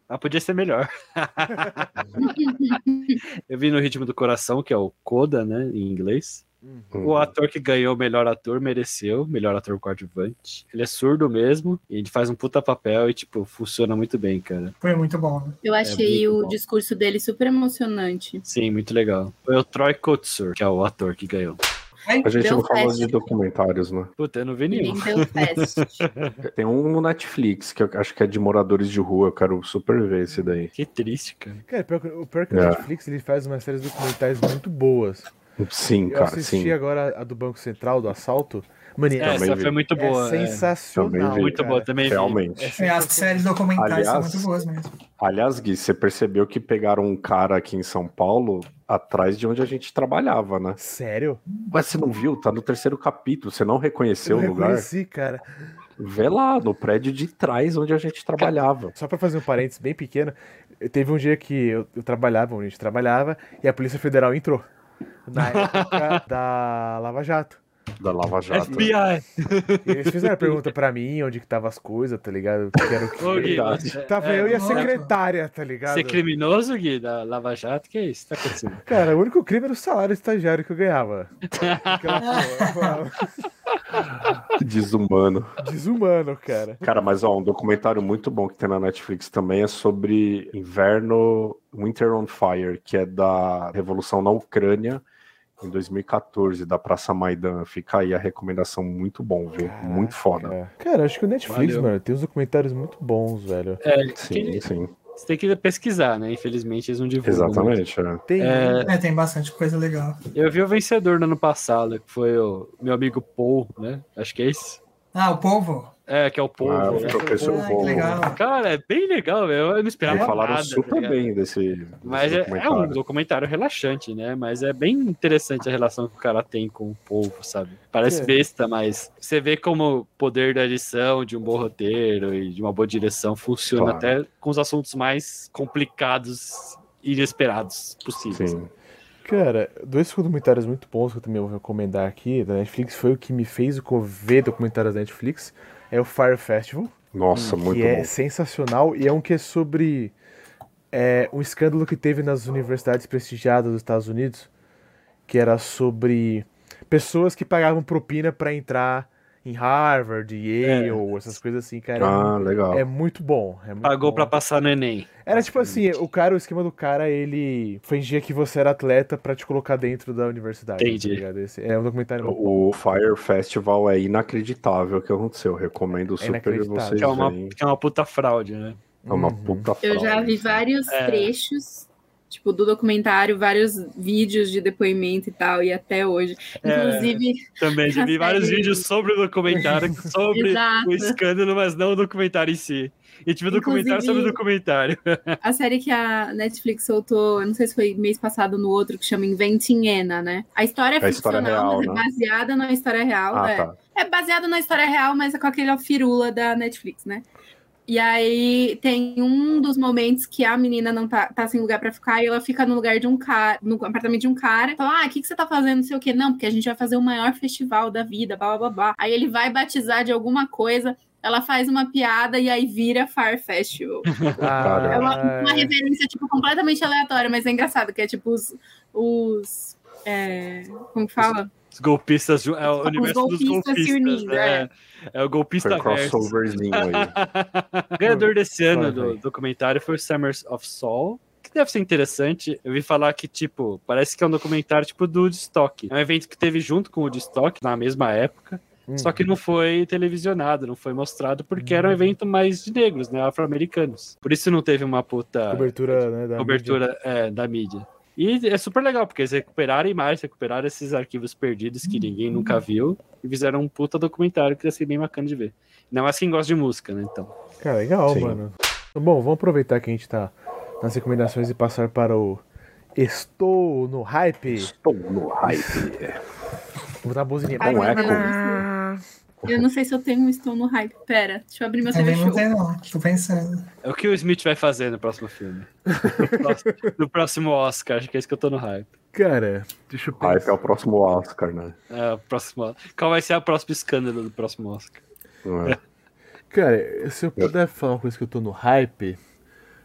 Speaker 2: Mas podia ser melhor. Eu vi no Ritmo do Coração, que é o Coda, né, em inglês.
Speaker 1: Hum.
Speaker 2: O ator que ganhou o melhor ator mereceu, melhor ator coadjuvante. Ele é surdo mesmo, e ele faz um puta papel e, tipo, funciona muito bem, cara.
Speaker 3: Foi muito bom. né?
Speaker 4: Eu achei
Speaker 2: É muito
Speaker 4: o
Speaker 2: bom.
Speaker 4: discurso dele super emocionante.
Speaker 2: Sim, muito legal. Foi o Troy Kotsur, que é o ator que ganhou.
Speaker 6: A gente não
Speaker 4: Belfast.
Speaker 6: falou de documentários, né?
Speaker 2: Puta, eu não vi
Speaker 4: Ele
Speaker 2: nenhum.
Speaker 4: deu teste.
Speaker 6: Tem um no Netflix que eu acho que é de moradores de rua. Eu quero super ver esse daí.
Speaker 2: Que triste, cara.
Speaker 1: Cara, pior que- o pior que o
Speaker 6: É.
Speaker 1: Netflix ele faz umas séries documentais muito boas.
Speaker 6: Sim,
Speaker 1: Eu
Speaker 6: cara,
Speaker 1: assisti
Speaker 6: sim.
Speaker 1: agora a do Banco Central, do assalto. Mano,
Speaker 2: É,
Speaker 1: é,
Speaker 6: Também
Speaker 2: essa
Speaker 6: vi.
Speaker 2: foi muito boa.
Speaker 1: é
Speaker 2: é.
Speaker 6: Também
Speaker 1: sensacional.
Speaker 6: vi.
Speaker 2: Muito
Speaker 1: cara.
Speaker 2: boa também. vi.
Speaker 6: Realmente.
Speaker 3: É, as séries documentais são
Speaker 6: Aliás,
Speaker 3: muito boas mesmo.
Speaker 6: Aliás, Gui, você percebeu que pegaram um cara aqui em São Paulo atrás de onde a gente trabalhava, né?
Speaker 1: Sério?
Speaker 6: Mas você não viu? Tá no terceiro capítulo. Você não reconheceu
Speaker 1: eu
Speaker 6: o um lugar?
Speaker 1: reconheci, cara.
Speaker 6: Vê lá, no prédio de trás onde a gente trabalhava.
Speaker 1: Só pra fazer um parênteses bem pequeno, eu- teve um dia que eu, eu trabalhava, onde a gente trabalhava, e a Polícia Federal entrou. Na época da Lava Jato.
Speaker 6: Da Lava Jato.
Speaker 1: É
Speaker 2: FBI!
Speaker 1: E eles fizeram a pergunta pra mim, onde que tava as coisas, tá ligado? O que era o
Speaker 2: Ô, Gui,
Speaker 1: que.
Speaker 6: Verdade.
Speaker 2: você-
Speaker 1: Tava
Speaker 2: é,
Speaker 1: eu e a
Speaker 3: nossa.
Speaker 1: secretária, tá ligado?
Speaker 2: Você é criminoso, Gui, da Lava Jato? Que isso? Tá acontecendo?
Speaker 1: Cara, o único crime era o salário estagiário que eu ganhava. Aquela porra,
Speaker 6: né? Desumano.
Speaker 1: Desumano, cara.
Speaker 6: Cara, mas ó, um documentário muito bom que tem na Netflix também é sobre Inverno Winter on Fire, que é da Revolução na Ucrânia em 2014, da Praça Maidan. Fica aí a recomendação muito bom, viu? Muito foda.
Speaker 1: Cara, Cara, acho que o Netflix,
Speaker 2: Valeu.
Speaker 1: mano, tem uns documentários muito bons, velho.
Speaker 2: É,
Speaker 6: Sim, sim.
Speaker 2: você tem que pesquisar, né? Infelizmente eles não divulgam. muito.
Speaker 6: Exatamente. é.
Speaker 1: Tem.
Speaker 2: É,
Speaker 3: É, tem bastante coisa legal.
Speaker 2: eu vi o vencedor no ano passado, que foi o meu amigo Paul, né? Acho que é esse.
Speaker 3: Ah, o povo?
Speaker 2: É, que é o Paul.
Speaker 6: Ah,
Speaker 2: né?
Speaker 6: o professor
Speaker 3: Ah, que
Speaker 6: Paul.
Speaker 3: legal.
Speaker 2: Cara, é bem legal, velho. Eu não esperava
Speaker 6: Eles falaram
Speaker 2: nada. tá
Speaker 6: super
Speaker 2: ligado?
Speaker 6: bem desse, desse
Speaker 2: Mas é, é um
Speaker 6: documentário.
Speaker 2: documentário relaxante, né? Mas é bem interessante a relação que o cara tem com o povo, sabe? Parece
Speaker 1: É.
Speaker 2: besta, mas você vê como o poder da edição, de um bom roteiro e de uma boa direção funciona
Speaker 6: Claro.
Speaker 2: até com os assuntos mais complicados e inesperados possíveis.
Speaker 6: Sim.
Speaker 1: Cara, dois documentários muito bons que eu também vou recomendar aqui da Netflix foi o que me fez co- ver documentários da Netflix. É o Fire Festival,
Speaker 6: Nossa, muito
Speaker 1: que é
Speaker 6: bom.
Speaker 1: sensacional e é um que é sobre é, um escândalo que teve nas universidades prestigiadas dos Estados Unidos, que era sobre pessoas que pagavam propina pra entrar em Harvard,
Speaker 2: É.
Speaker 1: Yale, essas coisas assim, cara.
Speaker 6: Ah, legal.
Speaker 1: É muito bom. É muito
Speaker 2: Pagou
Speaker 1: bom.
Speaker 2: pra passar no Enem.
Speaker 1: Era tipo assim, o cara, o esquema do cara, ele fingia que você era atleta pra te colocar dentro da universidade.
Speaker 2: Entendi.
Speaker 1: tá ligado? Esse é um documentário. muito bom.
Speaker 6: O Fire Festival é inacreditável o que aconteceu. Recomendo super
Speaker 1: inacreditável.
Speaker 6: vocês
Speaker 2: Que é, uma,
Speaker 6: verem.
Speaker 2: que é uma puta fraude, né?
Speaker 6: É uma
Speaker 1: Uhum.
Speaker 6: puta
Speaker 4: Eu já
Speaker 6: fraude.
Speaker 4: vi vários
Speaker 2: É.
Speaker 4: trechos, tipo, do documentário, vários vídeos de depoimento e tal, e até hoje.
Speaker 2: É.
Speaker 4: Inclusive,
Speaker 2: Também já vi
Speaker 4: Sério?
Speaker 2: vários vídeos sobre o documentário, sobre
Speaker 4: Exato.
Speaker 2: o escândalo, mas não o documentário em si. E tive um documentário sobre o
Speaker 4: Inclusive-
Speaker 2: documentário.
Speaker 4: a série que a Netflix soltou, eu não sei se foi mês passado ou no outro, que chama Inventing Anna, né? A história é
Speaker 6: É a história
Speaker 4: ficcional, mas
Speaker 6: real, né?
Speaker 4: é baseada na história real.
Speaker 6: Ah,
Speaker 4: é.
Speaker 6: tá.
Speaker 4: É baseado na história real, mas é com aquele firula da Netflix, né? E aí tem um dos momentos que a menina não tá, tá sem lugar pra ficar e ela fica no lugar de um cara, no apartamento de um cara. Fala, ah, o que, que você tá fazendo? Não sei o quê. Não, porque a gente vai fazer o maior festival da vida, blá blá blá. blá. Aí ele vai batizar de alguma coisa. Ela faz uma piada e aí vira Fire Festival.
Speaker 1: Ah,
Speaker 4: É uma,
Speaker 1: é.
Speaker 4: uma referência, tipo, completamente aleatória, mas é engraçado, que é tipo os. os é, como que fala?
Speaker 2: Os golpistas, ju- é o universo dos
Speaker 4: golpistas
Speaker 2: golpistas.
Speaker 4: se unindo,
Speaker 2: né? É o golpista
Speaker 6: Foi um
Speaker 2: verso.
Speaker 6: crossoverzinho aí.
Speaker 2: O ganhador desse ano
Speaker 1: Vai,
Speaker 2: do
Speaker 1: vai.
Speaker 2: documentário foi o Summers of Soul, que deve ser interessante. Eu vi falar que, tipo, parece que é um documentário tipo do Woodstock. É um evento que teve junto com o Woodstock na mesma época,
Speaker 1: Hum.
Speaker 2: só que não foi televisionado, não foi mostrado, porque era um
Speaker 6: Uhum.
Speaker 2: evento mais de negros, né, afro-americanos. Por isso não teve uma puta
Speaker 1: Cobertura, né? Da
Speaker 2: cobertura é, da mídia. E é super legal, porque eles recuperaram imagens, recuperaram esses arquivos perdidos que ninguém nunca viu e fizeram um puta documentário que deve ser bem bacana de ver. Ainda mais quem gosta de música, né? Então.
Speaker 1: mídia. Cara, legal,
Speaker 6: Sim.
Speaker 1: mano. Bom, vamos aproveitar que a gente tá nas recomendações e passar para o Estou no Hype.
Speaker 6: Estou no hype.
Speaker 1: Vou botar a buzininha.
Speaker 6: Ai,
Speaker 4: meu
Speaker 6: eco.
Speaker 4: Deus. Eu não sei se eu tenho um estou no hype. Pera, deixa eu abrir meu TV
Speaker 3: Também É, não
Speaker 4: show.
Speaker 3: tem, não. Tô pensando.
Speaker 2: É o que o Smith vai fazer no próximo filme. No próximo, no próximo Oscar, acho que é isso que eu tô no hype.
Speaker 1: Cara, deixa eu
Speaker 6: Hype é
Speaker 1: pensar.
Speaker 6: o próximo Oscar, né?
Speaker 2: É, o próximo, qual vai ser a próxima escândalo do próximo Oscar?
Speaker 6: Não é?
Speaker 1: Cara, se eu puder falar uma coisa que eu tô no hype,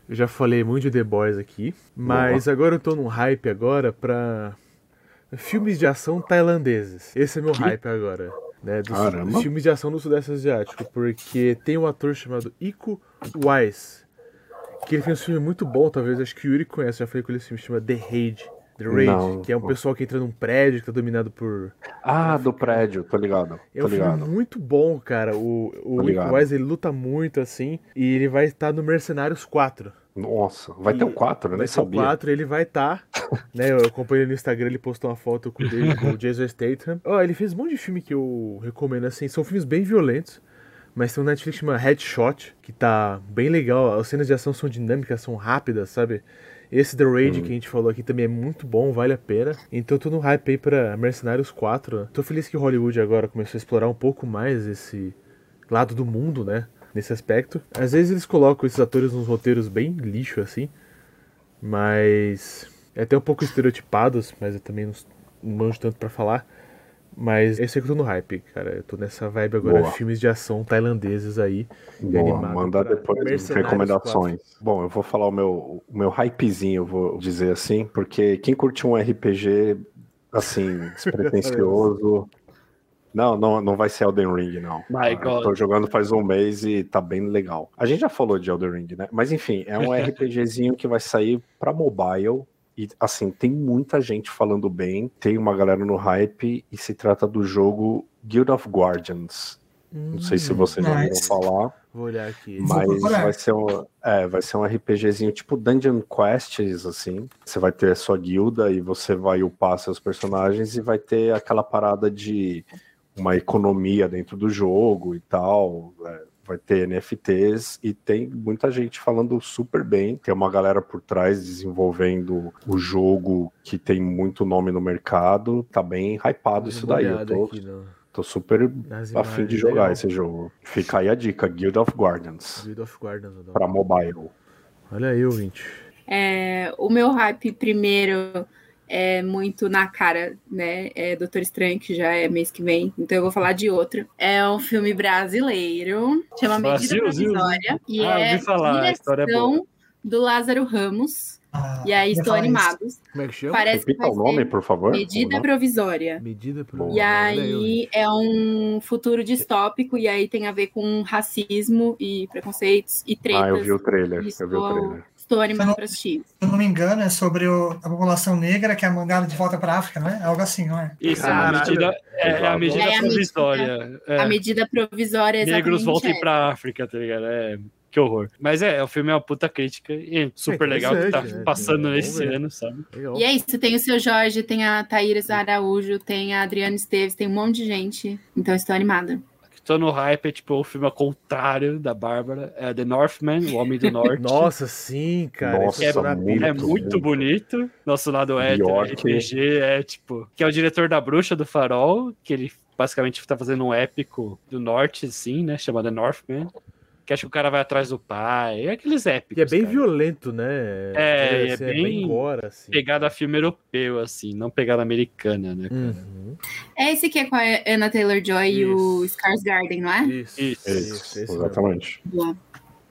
Speaker 1: eu já falei muito de The Boys aqui, mas agora eu tô num hype agora pra filmes de ação tailandeses. Esse é meu hype agora, né, dos
Speaker 6: Caramba.
Speaker 1: filmes de ação do Sudeste Asiático, porque tem um ator chamado Iko Wise, que ele tem um filme muito bom, talvez, acho que o Yuri conhece, eu já falei com ele, esse filme chama The Raid. The Raid,
Speaker 6: Não.
Speaker 1: que é um pessoal que entra num prédio que tá dominado por
Speaker 6: Ah, do prédio, tô ligado.
Speaker 1: é
Speaker 6: Tô
Speaker 1: um filme
Speaker 6: ligado.
Speaker 1: muito bom, cara. O, o
Speaker 6: Tô
Speaker 1: Rick
Speaker 6: ligado.
Speaker 1: Wise, ele luta muito, assim. E ele vai estar no Mercenários 4.
Speaker 6: Nossa, um- vai ter um o 4, eu nem
Speaker 1: Vai ser o
Speaker 6: sabia.
Speaker 1: 4, ele vai estar. né, eu acompanhei ele no Instagram, ele postou uma foto com, ele, com o Jason Statham. Ó, ele fez um monte de filme que eu recomendo, assim. São filmes bem violentos. Mas tem um Netflix que chama Headshot, que tá bem legal. As cenas de ação são dinâmicas, são rápidas, sabe? Esse The
Speaker 6: Hum.
Speaker 1: Raid que a gente falou aqui também é muito bom, vale a pena. Então eu tô no hype aí pra Mercenários 4. Tô feliz que Hollywood agora começou a explorar um pouco mais esse lado do mundo, né? Nesse aspecto. Às vezes eles colocam esses atores nos roteiros bem lixo, assim. Mas. É até um pouco estereotipados, mas eu também não, não manjo tanto pra falar. Mas esse é que eu tô no hype, cara. Eu tô nessa vibe agora,
Speaker 6: Boa.
Speaker 1: filmes de ação tailandeses aí.
Speaker 6: Boa,
Speaker 1: animado
Speaker 6: manda
Speaker 1: pra
Speaker 6: depois as
Speaker 1: Mercenários
Speaker 6: recomendações. Bom, eu vou falar o meu, o meu hypezinho, eu vou dizer assim, porque quem curte um RPG, assim, despretensioso... Não, não, não vai ser Elden Ring, não.
Speaker 2: My
Speaker 6: Eu
Speaker 2: God.
Speaker 6: Tô jogando faz um mês e tá bem legal. A gente já falou de Elden Ring, né? Mas enfim, é um RPGzinho que vai sair pra mobile. E assim, tem muita gente falando bem, tem uma galera no hype, e se trata do jogo Guild of Guardians. Não sei
Speaker 1: Hum,
Speaker 6: se vocês já ouviram
Speaker 3: Nice.
Speaker 6: falar.
Speaker 1: Vou olhar aqui.
Speaker 3: Vou
Speaker 6: Mas
Speaker 3: procurar.
Speaker 6: vai ser, um, é, vai ser um RPGzinho tipo Dungeon Quests, assim. Você vai ter a sua guilda e você vai upar seus personagens e vai ter aquela parada de uma economia dentro do jogo e tal. né? Vai ter NFTs e tem muita gente falando super bem. Tem uma galera por trás desenvolvendo o jogo que tem muito nome no mercado. Tá bem hypado isso daí. Eu tô,
Speaker 3: né?
Speaker 6: tô super a fim de jogar esse jogo. Fica aí a dica, Guild of Guardians.
Speaker 1: Guild of Guardians. eu dou.
Speaker 4: Então,
Speaker 6: Pra mobile.
Speaker 1: Olha aí, ouvinte.
Speaker 4: É, o meu hype primeiro é muito na cara, né? É Doutor Estranho, que já é mês que vem, então eu vou falar de outro. É um filme brasileiro, chama Medida
Speaker 2: Brasil, Brasil.
Speaker 4: Provisória. E
Speaker 2: Ah, eu
Speaker 4: é
Speaker 2: ouvi falar, a história é boa.
Speaker 4: direção do Lázaro Ramos.
Speaker 3: Ah,
Speaker 4: E aí
Speaker 3: ia
Speaker 4: estão
Speaker 3: falar isso.
Speaker 4: animados.
Speaker 1: Como é que chama?
Speaker 4: Parece que
Speaker 6: Repita
Speaker 4: vai
Speaker 6: o nome,
Speaker 4: ser
Speaker 6: por favor. Como é?
Speaker 4: medida
Speaker 6: não?
Speaker 4: provisória.
Speaker 1: Medida pro.
Speaker 6: Boa.
Speaker 4: E
Speaker 1: Olha
Speaker 4: aí é um futuro distópico e aí tem a ver com racismo e preconceitos e tretas.
Speaker 6: Ah, eu vi o trailer.
Speaker 4: Isso.
Speaker 6: Eu vi o trailer.
Speaker 4: Estou animada pra assistir.
Speaker 3: Se eu não me engano, é sobre o- a população negra que é mandada de volta para África, não é? Algo assim, não é?
Speaker 2: Isso,
Speaker 1: Caralho.
Speaker 2: a medida, é, é a
Speaker 6: Exato.
Speaker 2: medida
Speaker 4: É a medida-
Speaker 2: provisória. É,
Speaker 4: A medida provisória é exatamente
Speaker 2: negros voltem
Speaker 4: essa.
Speaker 2: pra África, tá ligado? É, que horror. Mas é, o filme é uma puta crítica e super legal que tá
Speaker 1: interessante, né?
Speaker 2: passando
Speaker 1: Vamos
Speaker 2: nesse
Speaker 1: ver.
Speaker 2: ano, sabe?
Speaker 1: Legal.
Speaker 4: E é isso, tem o seu Jorge, tem a Thaíris Araújo, tem a Adriana Esteves, tem um monte de gente. Então estou animada.
Speaker 2: Tô no hype, é tipo o filme ao contrário da Bárbara. É The Northman, O Homem do Norte.
Speaker 1: Nossa, sim, cara.
Speaker 6: Nossa,
Speaker 1: isso na
Speaker 6: muito
Speaker 1: pilha.
Speaker 2: É muito bonito. Nosso lado é
Speaker 6: Bjork.
Speaker 2: RPG é tipo. Que é o diretor da Bruxa do Farol, que ele basicamente tá fazendo um épico do norte, assim, né? Chamado Northman. Que acho que o cara vai atrás do pai. É aqueles épicos.
Speaker 1: E é bem
Speaker 2: cara.
Speaker 1: violento, né?
Speaker 2: É,
Speaker 1: Assim,
Speaker 2: é bem
Speaker 1: gore, assim.
Speaker 2: Pegada filme europeu, assim, não pegada americana, né?
Speaker 1: Uhum.
Speaker 4: É esse que é com a Anna Taylor-Joy e o Skarsgården, não
Speaker 3: Uhum.
Speaker 4: é?
Speaker 1: Isso,
Speaker 2: Isso.
Speaker 1: isso,
Speaker 6: Isso,
Speaker 1: esse
Speaker 6: exatamente.
Speaker 4: Boa.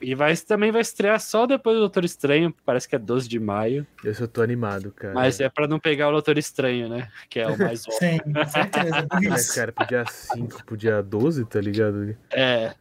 Speaker 2: E vai, também vai estrear só depois do Doutor Estranho, parece que é 12 de maio.
Speaker 1: mesmo. Esse eu tô animado, cara.
Speaker 2: Mas é pra não pegar o Doutor Estranho, né? Que é o mais óbvio.
Speaker 3: Sim, com certeza. eu vi
Speaker 1: Mas,
Speaker 3: isso.
Speaker 1: cara, pro dia 5, pro dia 12, tá ligado?
Speaker 2: É.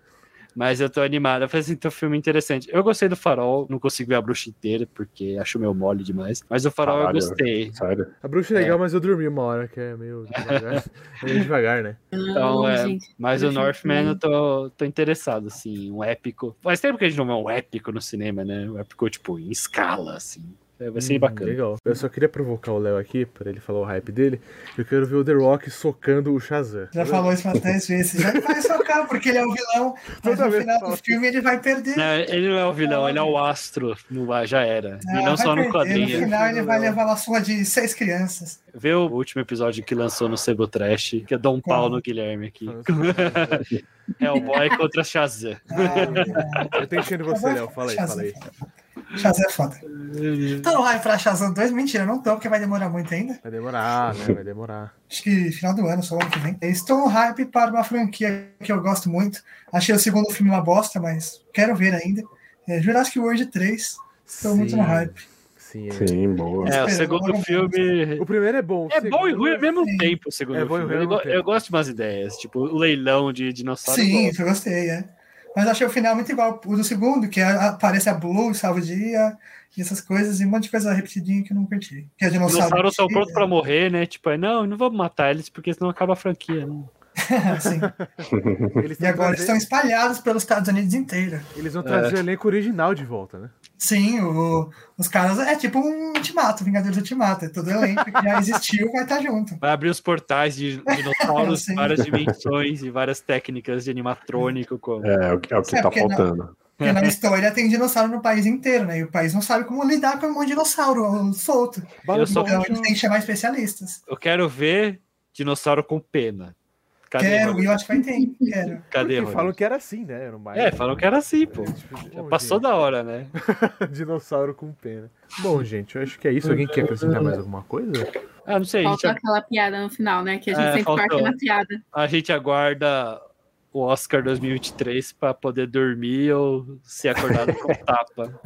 Speaker 2: Mas eu tô animado. Eu falei assim, tem um filme interessante. Eu gostei do Farol, não consigo ver a bruxa inteira, porque acho meio mole demais. Mas o Farol
Speaker 6: Caralho.
Speaker 2: eu gostei.
Speaker 6: Sério.
Speaker 1: A bruxa é legal, mas eu dormi uma hora, que é meio devagar. é meio devagar, né?
Speaker 3: Ah,
Speaker 2: Então,
Speaker 4: Não,
Speaker 2: é,
Speaker 4: gente.
Speaker 2: Mas o
Speaker 4: Bruxa
Speaker 2: Northman
Speaker 3: né?
Speaker 4: também.
Speaker 2: eu tô, tô interessado, assim, um épico. Faz tempo que a gente não vê um épico no cinema, né? Um épico, tipo, em escala, assim. É, Vai ser
Speaker 1: Hum,
Speaker 2: bacana.
Speaker 1: Legal. Eu só queria provocar o Léo aqui, pra ele falar o hype dele. Eu quero ver o The Rock socando o Shazam.
Speaker 3: Já falou isso umas 10 vezes. Já vai socar, porque ele é o vilão. Mas
Speaker 1: Toda
Speaker 3: no
Speaker 1: vez
Speaker 3: final
Speaker 1: fala.
Speaker 3: do filme ele vai perder.
Speaker 2: Não, ele não é o vilão, ele é o astro. Não vai, já era.
Speaker 3: Ah,
Speaker 2: vilão
Speaker 3: vai
Speaker 2: só no
Speaker 3: perder. No
Speaker 2: quadrinho. né?
Speaker 3: final ele vai levar a surra de seis crianças.
Speaker 2: Vê o último episódio que lançou no Sebo Trash, que eu dou um pau no Guilherme aqui. É o boy contra Shazam.
Speaker 3: Ah,
Speaker 1: Eu tô enchendo você, Léo. Fala aí, fala aí.
Speaker 3: Shazam é foda. Tá no hype pra Shazam 2? Mentira, não tô, porque vai demorar muito ainda.
Speaker 1: Vai demorar, né? Vai demorar.
Speaker 3: Acho que final do ano, só ano que vem. Estou no hype para uma franquia que eu gosto muito. Achei o segundo filme uma bosta, mas quero ver ainda. É Jurassic World 3. Tô muito no hype.
Speaker 1: Sim, é.
Speaker 6: Sim, boa.
Speaker 2: É, o segundo filme.
Speaker 1: O primeiro é bom. o
Speaker 2: É bom e
Speaker 1: segundo-
Speaker 2: ruim ao mesmo tempo, o segundo
Speaker 1: É bom e
Speaker 2: filme.
Speaker 1: ruim ao
Speaker 2: Eu, go-
Speaker 1: mesmo tempo.
Speaker 2: eu gosto de umas ideias, tipo o leilão de dinossauro. eu
Speaker 3: Sim,
Speaker 2: gosto.
Speaker 3: eu gostei, é. Mas achei o final muito igual o do segundo, que a- aparece a Blue, salva o dia, e essas coisas, e um monte de coisa repetidinha que eu não curti. Que é
Speaker 2: Os
Speaker 3: dinossauro.
Speaker 2: dinossauros estão prontos pra morrer, né? Tipo, aí, não, não vamos matar eles porque senão acaba a franquia. Né?
Speaker 3: Sim.
Speaker 1: Eles
Speaker 3: E
Speaker 1: vão
Speaker 3: agora eles
Speaker 1: trazer-
Speaker 3: estão espalhados pelos Estados Unidos inteiro.
Speaker 1: Eles vão trazer
Speaker 2: É.
Speaker 1: o elenco original de volta, né?
Speaker 3: Sim, o- os caras é tipo um ultimato, Vingadores Ultimato, é todo elenco que já existiu vai estar junto.
Speaker 2: Vai abrir os portais de dinossauros,
Speaker 3: Sim.
Speaker 2: várias dimensões e várias técnicas de animatrônico. Como...
Speaker 6: É, é o que, é o que
Speaker 3: É,
Speaker 6: tá
Speaker 3: porque não-
Speaker 6: faltando.
Speaker 3: Porque na história tem dinossauro no país inteiro, né? E o país não sabe como lidar com um monte de dinossauro solto.
Speaker 2: Eu só-
Speaker 3: Então eles têm que chamar especialistas.
Speaker 2: Eu quero ver dinossauro com pena. Cadê?
Speaker 3: Quero,
Speaker 2: Rony?
Speaker 3: e eu acho que vai ter, quero.
Speaker 2: Cadê?
Speaker 1: Porque
Speaker 2: Rony?
Speaker 1: falam que era assim, né? Era mais...
Speaker 2: É, falam que era assim, pô.
Speaker 1: É, tipo,
Speaker 2: Já
Speaker 1: bom,
Speaker 2: passou
Speaker 1: gente,
Speaker 2: da hora, né?
Speaker 1: Dinossauro com pena. Bom, gente, eu acho que é isso. Alguém quer acrescentar mais alguma coisa?
Speaker 2: Ah, não sei, a gente,
Speaker 4: Faltou aquela piada no final, né? Que a gente
Speaker 2: É,
Speaker 4: sempre
Speaker 2: faltou.
Speaker 4: parte na piada.
Speaker 2: a gente aguarda o Oscar 2023 pra poder dormir ou ser acordado com tapa.